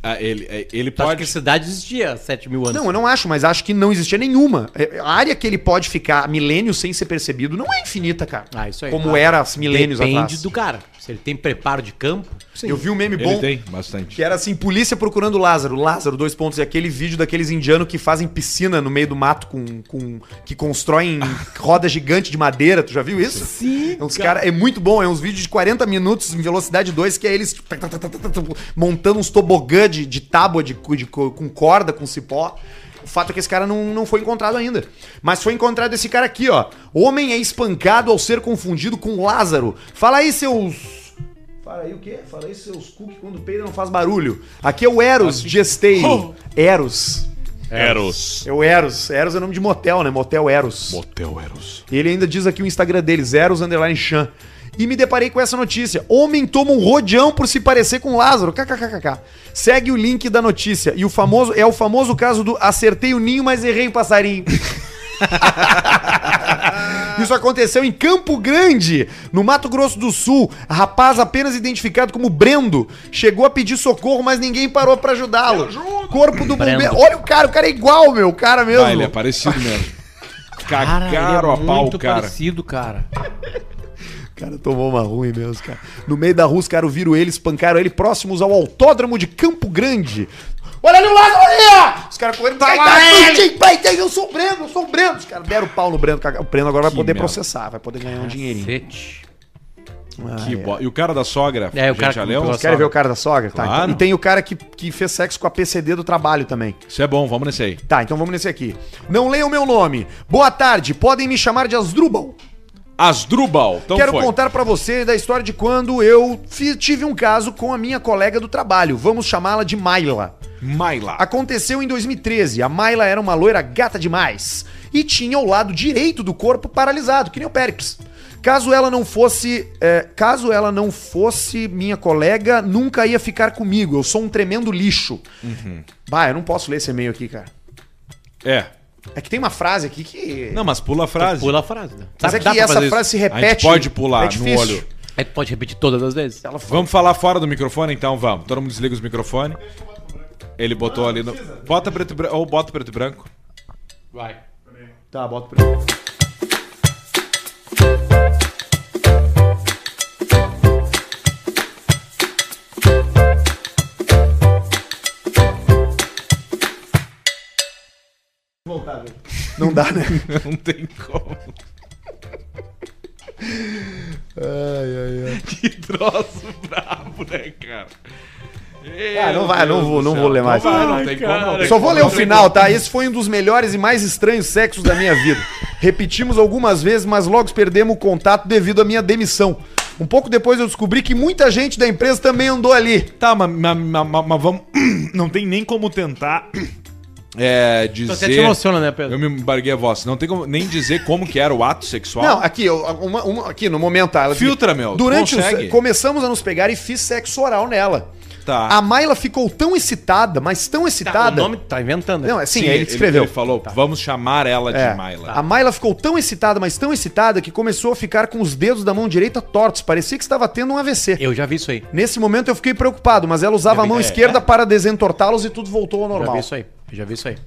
Ah, ele, ele Tu acha que pode. a cidade existia há 7 mil anos? Não, eu não acho, mas acho que não existia nenhuma. É, A área que ele pode ficar milênios sem ser percebido não é infinita, cara. Ah, isso aí. Como Ah, era milênios Depende atrás. do cara. Se ele tem preparo de campo, Eu vi um é meme Ele bom tem bastante. que era assim, polícia procurando Lázaro. Lázaro, dois pontos, e aquele vídeo daqueles indianos que fazem piscina no meio do mato com. com que constroem roda gigante de madeira. Tu já viu isso? Sim. É, uns cara, é muito bom, é uns vídeos de 40 minutos em velocidade 2, que é eles tac, tac, tac, tac, tac, tac, montando uns tobogã de, de tábua de, cu- de co- com corda, com cipó. O fato é que esse cara não, não foi encontrado ainda. Mas foi encontrado esse cara aqui, ó. Homem é espancado ao ser confundido com Lázaro. Fala aí, seus. Fala aí o quê? Fala aí seus cu que quando peida não faz barulho. Aqui é o Eros Gesteiro. Eros. Eros. É o Eros. Eros é nome de motel, né? Motel Eros. Motel Eros. Ele ainda diz aqui o Instagram deles, Eros Underline Chan. E me deparei com essa notícia. Homem toma um rodeão por se parecer com Lázaro. KKKKK. Segue o link da notícia. E o famoso é o famoso caso do acertei o ninho, mas errei o passarinho. Isso aconteceu em Campo Grande, no Mato Grosso do Sul. Rapaz apenas identificado como Brendo chegou a pedir socorro, mas ninguém parou pra ajudá-lo. Corpo do bombeiro. Olha o cara, o cara é igual, meu, o cara mesmo. Ah, ele é parecido mesmo. é Cagaram a pau, cara. é parecido, cara. cara tomou uma ruim mesmo, cara. No meio da rua, os caras viram ele, espancaram ele próximos ao autódromo de Campo Grande. Olha ali o lado, olha! aí, ó! Os caras correndo, vai, vai, vai, vai, vai, eu sou o Breno, eu sou o Breno. Os caras deram o pau no Breno, caga- o Breno agora vai Que poder merda. É, processar, vai poder ganhar um dinheirinho. Cacete. Que bo- E o cara da sogra? É, o cara que já comprou leu? a Quer ver o cara da sogra? Tá, Claro. então- e tem o cara que, que fez sexo com a PCD do trabalho também. Isso é bom, vamos nesse aí. Tá, então vamos nesse aqui. Não leiam meu nome. Boa tarde, podem me chamar de Asdrubal. Asdrubal. Então Quero foi. contar pra você da história de quando eu fi- tive um caso com a minha colega do trabalho. Vamos chamá-la de Mayla. Maila. Aconteceu em 2013. A Mayla era uma loira gata demais e tinha o lado direito do corpo paralisado, que nem o Péricles. Caso ela não fosse, é, caso ela não fosse minha colega, nunca ia ficar comigo. Eu sou um tremendo lixo. Bah, eu não posso ler esse e-mail aqui, cara. É. É que tem uma frase aqui que Não, mas pula a frase. Então Pula a frase, né? mas Dá- é dá que pra essa fazer frase isso. se gente repete. pode pular é no difícil. olho. É que pode repetir todas as vezes. Ela fala, Vamos falar fora do microfone, então vamos. Todo mundo desliga os microfones. Ele botou ali no. Bota preto e branco. Ou bota preto e branco. Vai. Tá, bota pra mim. Não dá, né? Não tem como. Que troço brabo, né, cara? Ah, não vai, não vou, não vou ler mais. Não, vai, não tem como. não tem Só vou como, ler o não tem final, tá? Esse foi um dos melhores e mais estranhos sexos da minha vida. Repetimos algumas vezes, mas logo perdemos o contato devido à minha demissão. Um pouco depois eu descobri que muita gente da empresa também andou ali. Tá, mas, mas- mas- mas- mas vamos. Não tem nem como tentar. É, dizer. Você te emociona, né, Pedro? Eu me embarguei a voz. Não tem como nem dizer como que era o ato sexual. Não, aqui, eu- uma- uma- aqui no momento, tá? Ela- Filtra, meu, Durante o consegue. se- começamos a nos pegar e fiz sexo oral nela. Tá. A Mayla ficou tão excitada, mas tão Tá, o excitada. nome tá inventando. Não, é assim, aí ele escreveu. Ele falou, vamos chamar ela de É. Mayla. A Mayla ficou tão excitada, mas tão excitada que começou a ficar com os dedos da mão direita tortos. Parecia que estava tendo um AVC. Eu já vi isso aí. Nesse momento eu fiquei preocupado, mas ela usava a mão É, esquerda para desentortá-los e tudo voltou ao Eu Já normal. vi isso aí. Eu já vi isso aí.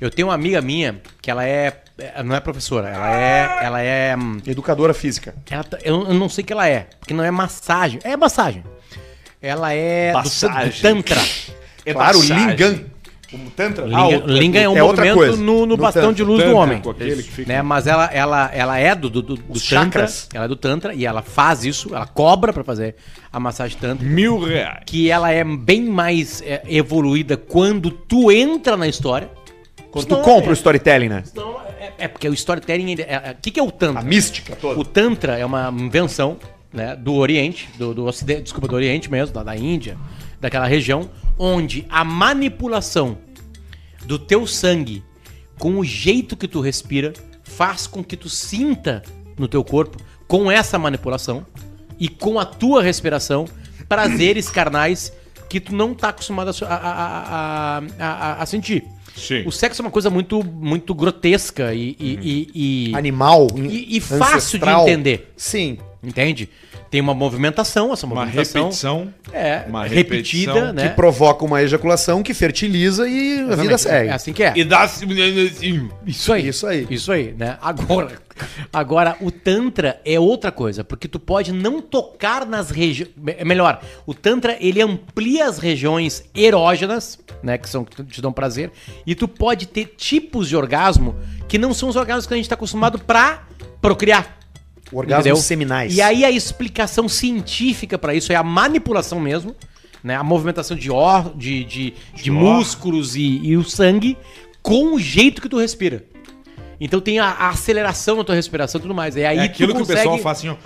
Eu tenho uma amiga minha que ela é. é- Não é professora, ela é. Ela é. hum, Educadora física. ela tá- eu, eu não sei o que ela é, porque não é massagem. É massagem. Ela é. do- Do, Massagem. Tantra. É claro, Lingan. Como Tantra. Lingan, Lingan é um é outra movimento coisa. no, no No bastão Tantra. de luz do Tantra, homem. com aquele que fica- Né? Mas ela, ela, ela é do, do, do, do Os Tantra. chakras. Ela é do Tantra e ela faz isso, ela cobra pra fazer a massagem Tantra. Mil reais. que ela é bem mais é, evoluída quando tu entra na história. Quando tu É. compra o storytelling, né? Então, é, é porque o storytelling. ele- é- é- O que, que é o A Tantra? mística toda. O Tantra é uma invenção né, do Oriente, do, do Ocidente, desculpa, do Oriente mesmo, da, da Índia, daquela região, onde a manipulação do teu sangue com o jeito que tu respira faz com que tu sinta no teu corpo, com essa manipulação e com a tua respiração, prazeres carnais que tu não tá acostumado a, su- a- a- a- a- a- a sentir. Sim. O sexo é uma coisa muito, muito grotesca e- e- e- e Animal. e, e fácil de ancestral. entender, Sim. entende? Tem uma movimentação, essa Uma movimentação repetição. é uma repetida, repetição né? Que provoca uma ejaculação que fertiliza e a vida Exatamente. segue. É assim que é. E dá-se. Isso aí. Isso aí. Isso aí, né? Agora, Agora, o Tantra é outra coisa, porque tu pode não tocar nas regiões. É melhor, o Tantra ele amplia as regiões erógenas, né? Que são que te dão prazer, e tu pode ter tipos de orgasmo que não são os orgasmos que a gente tá acostumado pra procriar. Orgasmos Entendeu? seminais. E aí a explicação científica pra isso é a manipulação mesmo, né? A movimentação de, or, de, de, de músculos e, e o sangue com o jeito que tu respira. Então tem a, a aceleração na tua respiração e tudo mais. É aí é aquilo tu que o pessoal faz assim, ó.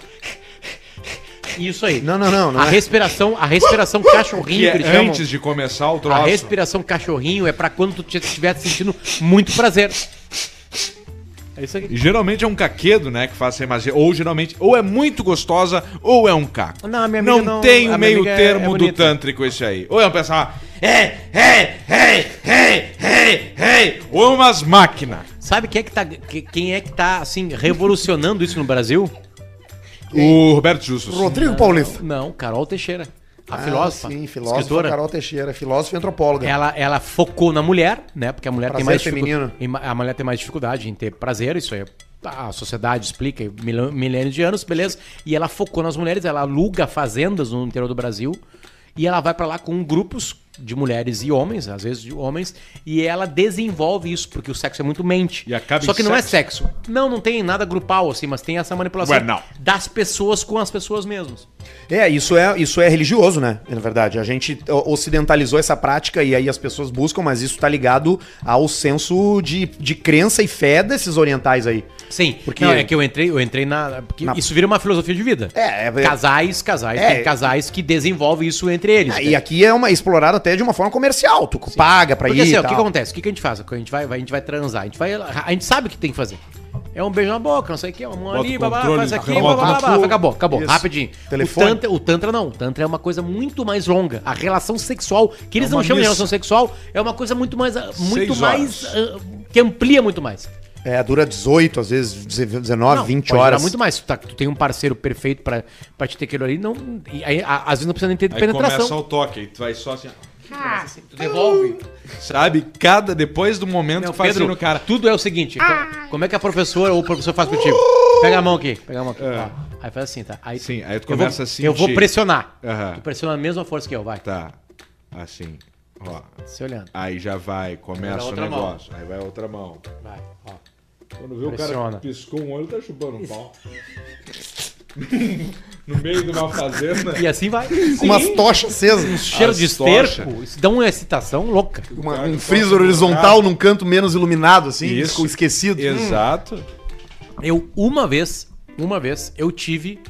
Isso aí. Não, não, não. não a é. respiração, a respiração cachorrinho Que que eles é chamam. antes de começar o troço. A respiração cachorrinho é pra quando tu te- estiver sentindo muito prazer. É isso E aqui. geralmente é um caquedo, né, que faz essa imagem. Ou geralmente, ou é muito gostosa, ou é um caco. Não, a minha não, amiga não- tem o a minha meio amiga é- é termo do bonita. tântrico esse aí. Ou é um pessoal, é, é, é, é, é, é. Ou umas máquinas. Sabe quem é que tá, que- quem é que tá assim revolucionando isso no Brasil? O Roberto Justus. Rodrigo Paulista. Não, Carol Teixeira, a Ah, filósofa, Sim, filósofa. escritora. É Carol Teixeira, filósofa e antropóloga. Ela, ela focou na mulher, né? Porque a mulher Prazer tem mais dificu- feminino. em ma- A mulher tem mais dificuldade em ter prazer, isso é. A sociedade explica, milhão- milênios de anos, beleza. E ela focou nas mulheres, ela aluga fazendas no interior do Brasil e ela vai pra lá com grupos de mulheres e homens, às vezes de homens, e ela desenvolve isso, porque o sexo é muito mente. E acaba em Só que não é sexo. Não, não tem nada grupal, assim, mas tem essa manipulação Ué, não. das pessoas com as pessoas mesmas. É, isso é, isso é religioso, né? Na verdade, a gente o- ocidentalizou essa prática e aí as pessoas buscam, mas isso tá ligado ao senso de, de crença e fé desses orientais aí. Sim, Porque- porque não, é que eu entrei, eu entrei na, porque Na- isso vira uma filosofia de vida. É, é- casais, casais, É. tem casais que desenvolvem isso entre eles. Ah, né? E aqui é uma explorado até de uma forma comercial, tu paga pra Porque ir assim, e ó, o que tal. acontece? O que, que a gente faz? A gente vai, vai- a gente vai transar, a gente vai, a gente sabe o que tem que fazer. É um beijo na boca, não sei o que, uma mão Bota ali, o babá, controle faz na aqui, mão, babá, bota babá, no cu. acabou, acabou, Isso. rapidinho. Telefone. O, tantra, o tantra não, o tantra é uma coisa muito mais longa. A relação sexual, que eles É não uma chamam de missa. relação sexual, é uma coisa muito mais, ah, muito Seis mais, ah, que amplia muito mais. É, dura 18, às vezes 19, Não, 20 pode durar horas. muito mais. Tu, tá- tu tem um parceiro perfeito pra, pra te ter aquilo ali. Não, e aí, a- às vezes não precisa nem ter Aí começa penetração. o toque, aí tu vai só assim, ó. Tu devolve. sabe? Cada, depois do momento Não, que faz Pedro, assim no cara. tudo é o seguinte. co- Como é que a professora ou o professor faz contigo? Pega a mão aqui. Pega a mão aqui. tá. Aí faz assim, tá? Aí, É. Sim, aí tu eu vou, começa a sentir. Eu vou pressionar. Aham. Tu pressiona a mesma força que eu, vai. Tá, assim, ó. Se olhando. Aí já vai, começa o outra mão. negócio. Aí vai a outra mão. Vai, ó. Quando vê o cara Pressiona. que piscou um olho, tá chupando um pau. no meio de uma fazenda. E assim vai. Com umas tochas acesas. Cheiro de As tocha. esterco. Isso dá uma excitação louca. Ah, Uma- um freezer horizontal num canto menos iluminado, assim, ficou esquecido. Hum. Exato. Hum. Eu, uma vez, uma vez, eu tive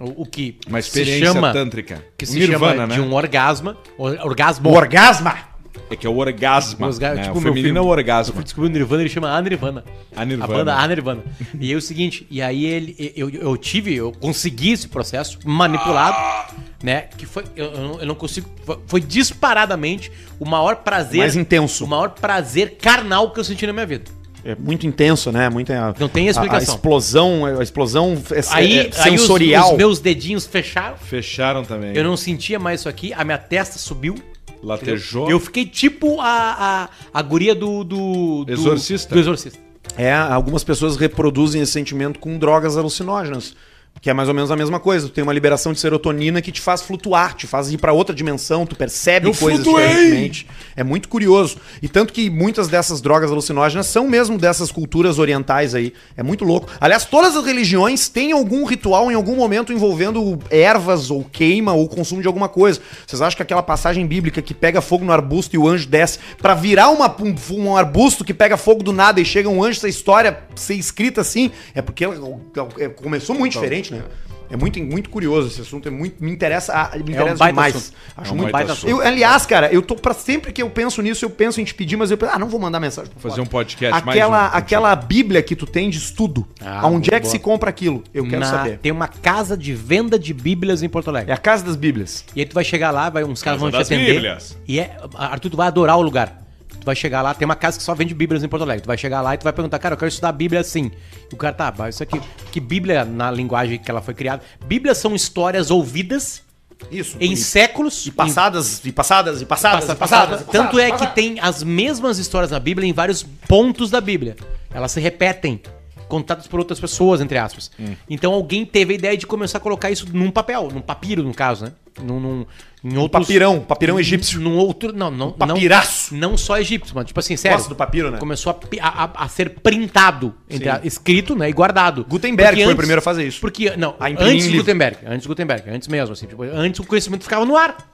o, o que Uma se experiência chama... tântrica. Que se Nirvana, chama né? de um orgasma. Or, orgasmo. O orgasma! É que é o orgasmo. Orgasmo, né? tipo o meu feminino é o filho. orgasmo. Eu descobri o Nirvana, ele chama Anirvana. A Nirvana. A banda Anirvana. E aí é o seguinte, e aí ele, eu, eu tive, eu consegui esse processo manipulado, né? Que foi, eu, eu não- eu não consigo, foi- foi disparadamente o maior prazer. Mais intenso. O maior prazer carnal que eu senti na minha vida. É muito intenso, né? Muito, Não tem a- explicação. A, explosão, a explosão é- Aí, é aí os, sensorial. os meus dedinhos fecharam, Fecharam também. eu não sentia mais isso aqui, a minha testa subiu. Latejou. Eu fiquei tipo a, a, a guria do, do, do- Exorcista. Do exorcista. É, algumas pessoas reproduzem esse sentimento com drogas alucinógenas, que é mais ou menos a mesma coisa. Tu tem uma liberação de serotonina que te faz flutuar, te faz ir pra outra dimensão, tu percebe Eu coisas flutuei! diferentemente. É muito curioso. E tanto que muitas dessas drogas alucinógenas são mesmo dessas culturas orientais aí. É muito louco. Aliás, todas as religiões têm algum ritual em algum momento envolvendo ervas ou queima ou consumo de alguma coisa. Vocês acham que aquela passagem bíblica que pega fogo no arbusto e o anjo desce pra virar uma- um, um arbusto que pega fogo do nada e chega um anjo, essa história ser escrita assim, é porque ela, ela- é- começou muito diferente, né? É muito, muito curioso esse assunto, é muito, me interessa, ah, me É um interessa baita demais. assunto. Acho É um muito baita baita assunto. eu- aliás, cara, eu tô pra sempre que eu penso nisso, eu penso em te pedir, mas eu penso, ah, não vou mandar mensagem. pra Fazer fora. um podcast mais aquela, um. Aquela bíblia que tu tem de estudo, Ah, aonde boa, é que boa. se compra aquilo? Eu quero Na- saber. Tem uma casa de venda de bíblias em Porto Alegre. É a casa das bíblias. E aí tu vai chegar lá, vai, uns Casa caras vão te das atender. Bíblias. E é, Arthur, tu vai adorar o lugar. Tu vai chegar lá, tem uma casa que só vende bíblias em Porto Alegre. Tu vai chegar lá e tu vai perguntar, cara, eu quero estudar a Bíblia assim. E o cara, tá, mas isso aqui, que Bíblia na linguagem que ela foi criada? Bíblias são histórias ouvidas Isso. em e- séculos. e passadas, e passadas, e em- passadas, passa- e passadas. passadas. Tanto é que tem as mesmas histórias na Bíblia em vários pontos da Bíblia. Elas se repetem. contadas por outras pessoas, entre aspas. Hum. Então alguém teve a ideia de começar a colocar isso num papel, num papiro, no caso, né? Num, num, em outros, Um papirão, papirão egípcio. Num outro. Não, não. papiraço. Não, não só egípcio, mas tipo assim, sério. Gosta do papiro, né? Começou a, pi- a- a- a ser printado, entre a- escrito, né? E guardado. Gutenberg Porque foi o primeiro a fazer isso. Porque, não, A imprimir antes em de livro. Gutenberg, antes de Gutenberg, antes mesmo, assim. tipo, antes o conhecimento ficava no ar.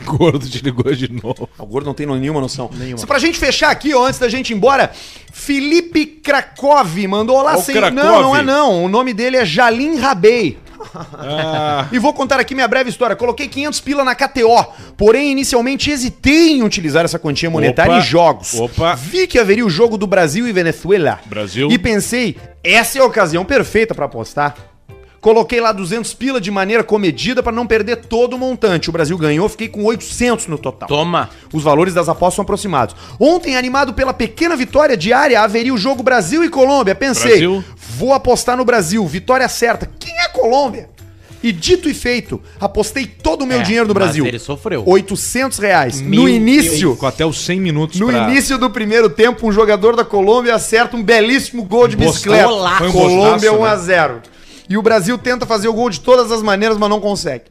um Gordo te ligou de novo. O gordo não tem nenhuma noção. Só pra gente fechar aqui, ó, antes da gente ir embora, Felipe Krakov mandou lá Ó, o sem. Krakov. Não, não é não. O nome dele é Jalim Rabei. Ah. E vou contar aqui minha breve história. Coloquei 500 pila na KTO, porém inicialmente hesitei em utilizar essa quantia monetária Opa. em jogos. Opa. Vi que haveria o jogo do Brasil e Venezuela. Brasil. E pensei, essa é a ocasião perfeita pra apostar. Coloquei lá 200 pila de maneira comedida pra não perder todo o montante. O Brasil ganhou, fiquei com 800 no total. Toma. Os valores das apostas são aproximados. Ontem, animado pela pequena vitória diária, haveria o jogo Brasil e Colômbia. Pensei, Brasil. vou apostar no Brasil, vitória certa. Quem é a Colômbia? E dito e feito, apostei todo o meu É, dinheiro no mas Brasil. ele sofreu. 800 reais. Meu no início, Com até os 100 minutos no pra- início do primeiro tempo, um jogador da Colômbia acerta um belíssimo gol de Bosta- bicicleta. Golaço. Foi um Colômbia gostaço, né? 1 a 0. E o Brasil tenta fazer o gol de todas as maneiras, mas não consegue.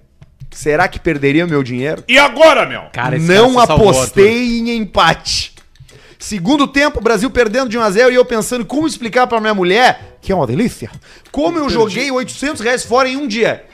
Será que perderia meu dinheiro? E agora, meu? Cara, esse não cara se salvou, Arthur. apostei em empate. Segundo tempo, o Brasil perdendo de 1x0 e eu pensando como explicar pra minha mulher, que é uma delícia, como eu joguei 800 reais fora em um dia.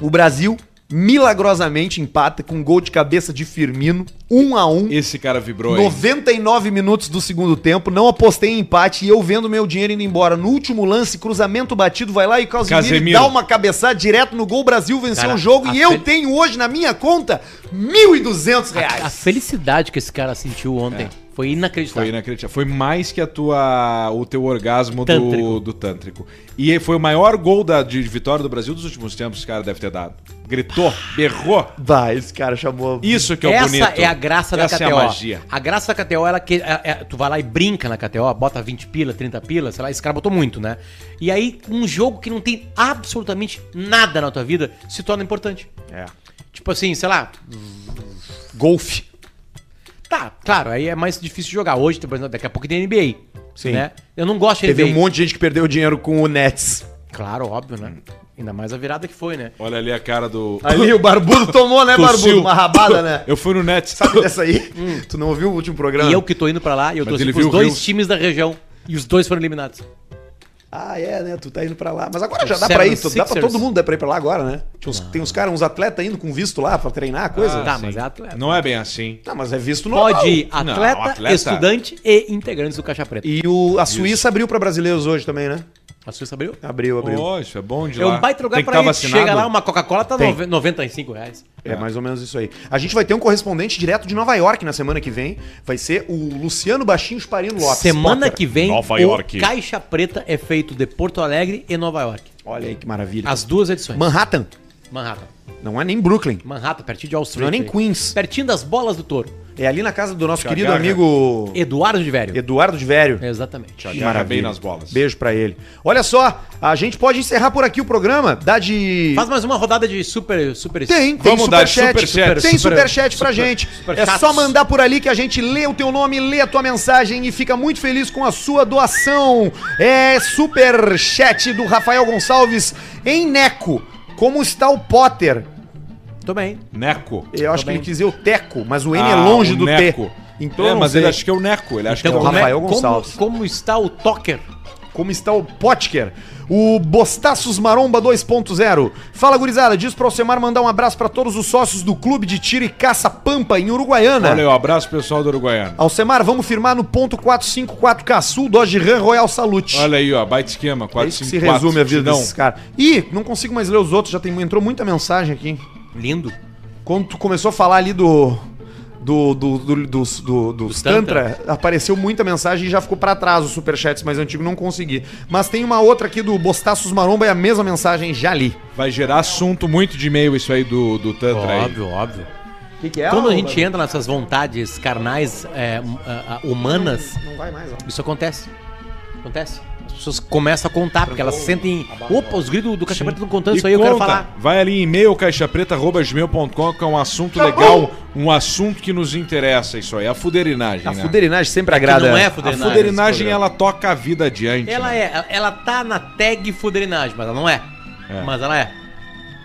O Brasil milagrosamente empata com um gol de cabeça de Firmino, 1x1, Esse cara vibrou aí. 99 minutos do segundo tempo, não apostei em empate e eu vendo meu dinheiro indo embora. No último lance, cruzamento batido, vai lá e o Casemiro, Casemiro. dá uma cabeçada direto no gol, Brasil venceu Cara, o jogo a e eu fel- tenho hoje na minha conta 1.200 reais. A felicidade que esse cara sentiu ontem foi inacreditável. É. Foi inacreditável. Foi mais que a tua, o teu orgasmo Do, Tântrico. do tântrico. E foi o maior gol da, de vitória do Brasil dos últimos tempos, esse cara deve ter dado. Gritou, berrou. Vai, esse cara chamou... Isso que é o Essa bonito. é a graça da Essa KTO. é a magia. A graça da KTO, ela que, é- é- tu vai lá e brinca na KTO, bota 20 pila, 30 pila, sei lá, esse cara botou muito, né? E aí, um jogo que não tem absolutamente nada na tua vida se torna importante. É. Tipo assim, sei lá, Golfe. tá, claro, aí é mais difícil jogar. Hoje, por exemplo, daqui a pouco tem NBA. Sim. Né? Eu não gosto de Teve NBA. um monte de gente que perdeu dinheiro com o Nets. Claro, óbvio, né? Hum. Ainda mais a virada que foi, né? Olha ali a cara do. Ali o Barbudo tomou, né, Barbudo? Tossiu. Uma rabada, né? Hum. Eu fui no Nets. Sabe dessa aí? Tu não ouviu o último programa? E eu que tô indo pra lá e eu Ah. Mas torci ele pros viu o dois Rios. times da região. E os dois foram eliminados. Ah, é, né? Tu tá indo pra lá. Mas agora já dá Seven pra ir. Dá pra Sixers. todo mundo dá pra ir pra lá agora, né? Tinha uns- Ah. tem uns caras, uns atletas indo com visto lá pra treinar, coisa. tá, sim. mas é atleta. Não é bem assim. Não, mas é visto normal. Pode ir Não, atleta, atleta. estudante e integrantes do Caixa Preta. E o, a Suíça abriu pra brasileiros hoje também, né? A Suíça abriu? Abriu, abriu. Oh, isso é bom de É lá. um baita lugar Tem que pra tá ir. vacinado. Chega lá, uma Coca-Cola tá Tem. nove- 95 reais. É mais ou menos isso aí. A gente vai ter um correspondente direto de Nova York na semana que vem. Vai ser o Luciano Baixinho Chuparino Lopes. Semana Potter. que vem, Nova o York. Caixa Preta é feito de Porto Alegre e Nova York. Olha aí que maravilha. As duas edições. Manhattan. Manhattan. Não é nem Brooklyn. Manhattan, pertinho de All Street. Não é nem ali. Queens. Pertinho das bolas do touro. É ali na casa do nosso Chagarra. querido amigo Eduardo de Velho. Eduardo de É. Vério. Exatamente. Que maravilha. bem nas bolas. Beijo pra ele. Olha só, a gente pode encerrar por aqui o programa. Dá de. Faz mais uma rodada de super... super Tem, tem Vamos dar superchat. superchat, tem super- superchat pra gente. é chatos. só mandar por ali que a gente lê o teu nome, lê a tua mensagem e fica muito feliz com a sua doação. É superchat do Rafael Gonçalves em Neco. Como está o Potter? Tô bem. Neco. Eu acho Tô que ele bem. quis dizer o Teco, mas o N é Tá Ah, longe o do Neco. T. Então, é, eu não mas sei. ele acha que é o Neco. Ele acha Então, que é o como, Neco. Rafael é, Gonçalves. como, como está o Toker? Como está o Potker? O Bostaços Maromba 2.0. Fala, gurizada. Diz pro Alcemar mandar um abraço pra todos os sócios do Clube de Tiro e Caça Pampa, em Uruguaiana. Olha aí, um abraço pessoal do Uruguaiano. Alcemar, vamos firmar no ponto 454 Caçul, Dodge Ram Royal Salute. Olha aí, ó. Baita esquema. é 4, isso que se resume a vida desses caras. Ih, não consigo mais ler os outros, já tem, entrou muita mensagem aqui. Lindo. Quando tu começou a falar ali do. Do, do, do, dos- do- dos Tantra, Tantra. apareceu muita mensagem e já ficou pra trás os superchats mais antigos, não consegui. Mas tem uma outra aqui do Bostaços Maromba e a mesma mensagem já li. Vai gerar assunto muito de e-mail isso aí do, do Tantra aí. Óbvio, óbvio. O que, que é? Quando a ô, gente entra nessas vontades carnais é, hum, ah, ah, humanas, Não vai mais, ó. isso acontece. Acontece. As pessoas começam a contar, porque elas sentem. Opa, os gritos do Caixa Preta estão contando E isso aí, eu quero conta. falar. Vai ali em e-mail caixapreta.gmail.com que é um assunto legal, um assunto que nos interessa. Isso aí, a fuderinagem. A né? fuderinagem sempre que agrada. não é A fuderinagem. fuderinagem, ela toca a vida adiante. Ela né? é, ela tá na tag fuderinagem, mas ela não é. É. Então, Mas ela é.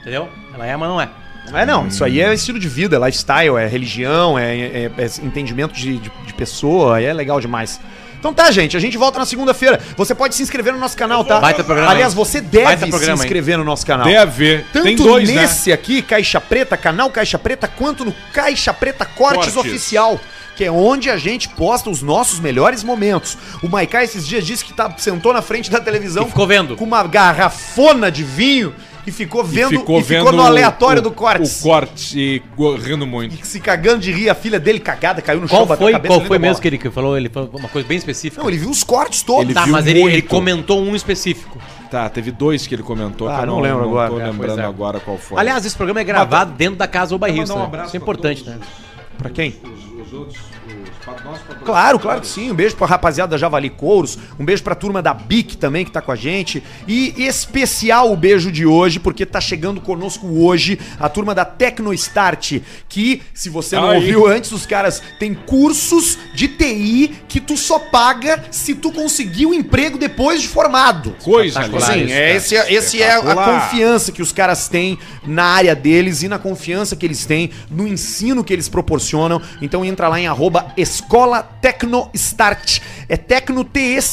Entendeu? Ela é, mas não é. Não é não, isso aí é estilo de vida, é lifestyle, é religião, é, é- é entendimento de, de, de pessoa, é legal demais. Então tá, gente, a gente volta na segunda-feira. Você pode se inscrever no nosso canal, tá? Baita programa, Aliás, hein? você Baita deve se programa, hein? inscrever no nosso canal. Tem a ver. Tanto Tem dois, né? nesse aqui, Caixa Preta, canal Caixa Preta, quanto no Caixa Preta Cortes, Cortes. Oficial, que é onde a gente posta os nossos melhores momentos. O Maiká esses dias disse que tá, sentou na frente da televisão E ficou vendo. com uma garrafona de vinho e ficou E vendo ficou e vendo ficou no aleatório o- do Cortes. O Cortes e correndo muito. E se cagando de rir, a filha dele cagada caiu no chão, Qual foi, qual ele foi deu mesmo que bola. ele que falou? Ele falou uma coisa bem específica. Não, ele viu os cortes todos. Ele tá, viu mas ele, ele muito. comentou um específico. Tá, teve dois que ele comentou. Ah, que eu não lembro agora, Não tô é, pois lembrando é. agora qual foi. Aliás, esse programa é gravado dentro da casa ou bairro, mandar um né? abraço Isso é pra importante, né? todos Pra quem? os, os outros, os pat- nossos patrocinadores. Claro, claro que sim. Um beijo pra rapaziada da Javali Couros, um beijo pra turma da BIC também que tá com a gente. E especial o beijo de hoje, porque tá chegando conosco hoje a turma da Tecnostart, que, se você não Aí. ouviu antes, os caras têm cursos de TI que tu só paga se tu conseguir o emprego depois de formado. Coisa Espetacular linda. Sim, é, esse, é- esse é a Espetacular. confiança que os caras têm na área deles e na confiança que eles têm no ensino que eles proporcionam. Então entra lá em arroba Escola Tecnostart. É Tecno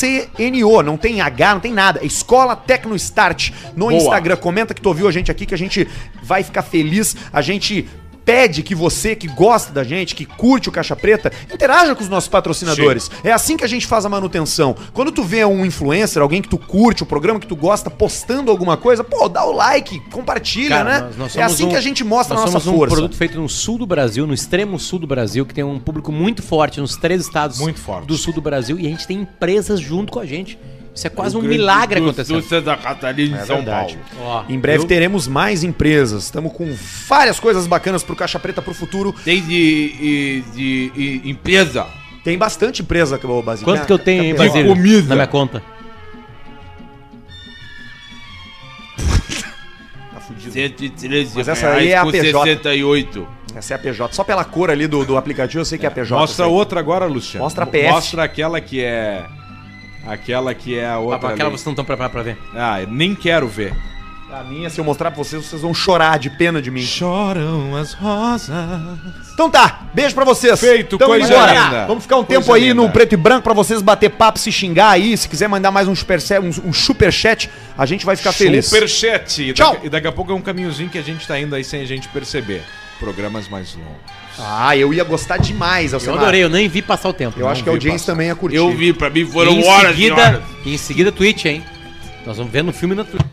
T-E-C-N-O, não tem H, não tem nada. É Escola Tecnostart. No Boa. Instagram, comenta que tu ouviu a gente aqui, que a gente vai ficar feliz. A gente pede que você que gosta da gente, que curte o Caixa Preta, interaja com os nossos patrocinadores. É assim que a gente faz a manutenção. Quando tu vê um influencer, alguém que tu curte, o programa que tu gosta, postando alguma coisa, pô, dá o like, compartilha, Cara, né? nós- nós é somos assim um- que a gente mostra a nós nossa somos força. um produto feito no sul do Brasil, no extremo sul do Brasil, que tem um público muito forte nos três estados Muito forte. do sul do Brasil e a gente tem empresas junto com a gente. Isso é quase um Rio Grande milagre do acontecendo. Sul, Santa Catarina e São É verdade. Paulo. Ó, Em breve viu? teremos mais empresas. Estamos com várias coisas bacanas pro Caixa Preta pro futuro. Tem de, de, de empresa. Tem bastante empresa, ô, É Basílio. Quanto que eu tenho, hein, Capela. Basílio? comida. Na minha conta. Tá fudido. 113 Mas essa aí é a com PJ. 68. Essa é a PJ. Só pela cor ali do, do aplicativo eu sei que é a PJ. Mostra essa aí. outra agora, Luciano. Mostra a Mo- PF. Mostra aquela que é. Aquela que é a outra. Aquela ali. vocês não estão preparados pra ver. Ah, nem quero ver. A minha, se eu mostrar pra vocês, vocês vão chorar de pena de mim. Choram as rosas. Então tá, beijo pra vocês. Feito, Tamo coisa indo embora. linda. Vamos ficar um Coisa tempo aí linda. no preto e branco pra vocês bater papo, se xingar aí. Se quiser mandar mais um superchat, um, um superchat, a gente vai ficar feliz. Superchat. E Tchau. daqui- E daqui a pouco é um caminhozinho que a gente tá indo aí sem a gente perceber. Programas mais longos. Ah, eu ia gostar demais, Eu Alcemar. adorei, eu nem vi passar o tempo. Eu acho que é a audiência também ia curtir. Eu vi, pra mim E foram em horas e seguida, horas. e em seguida Twitch, hein? Nós vamos ver no filme na Twitch.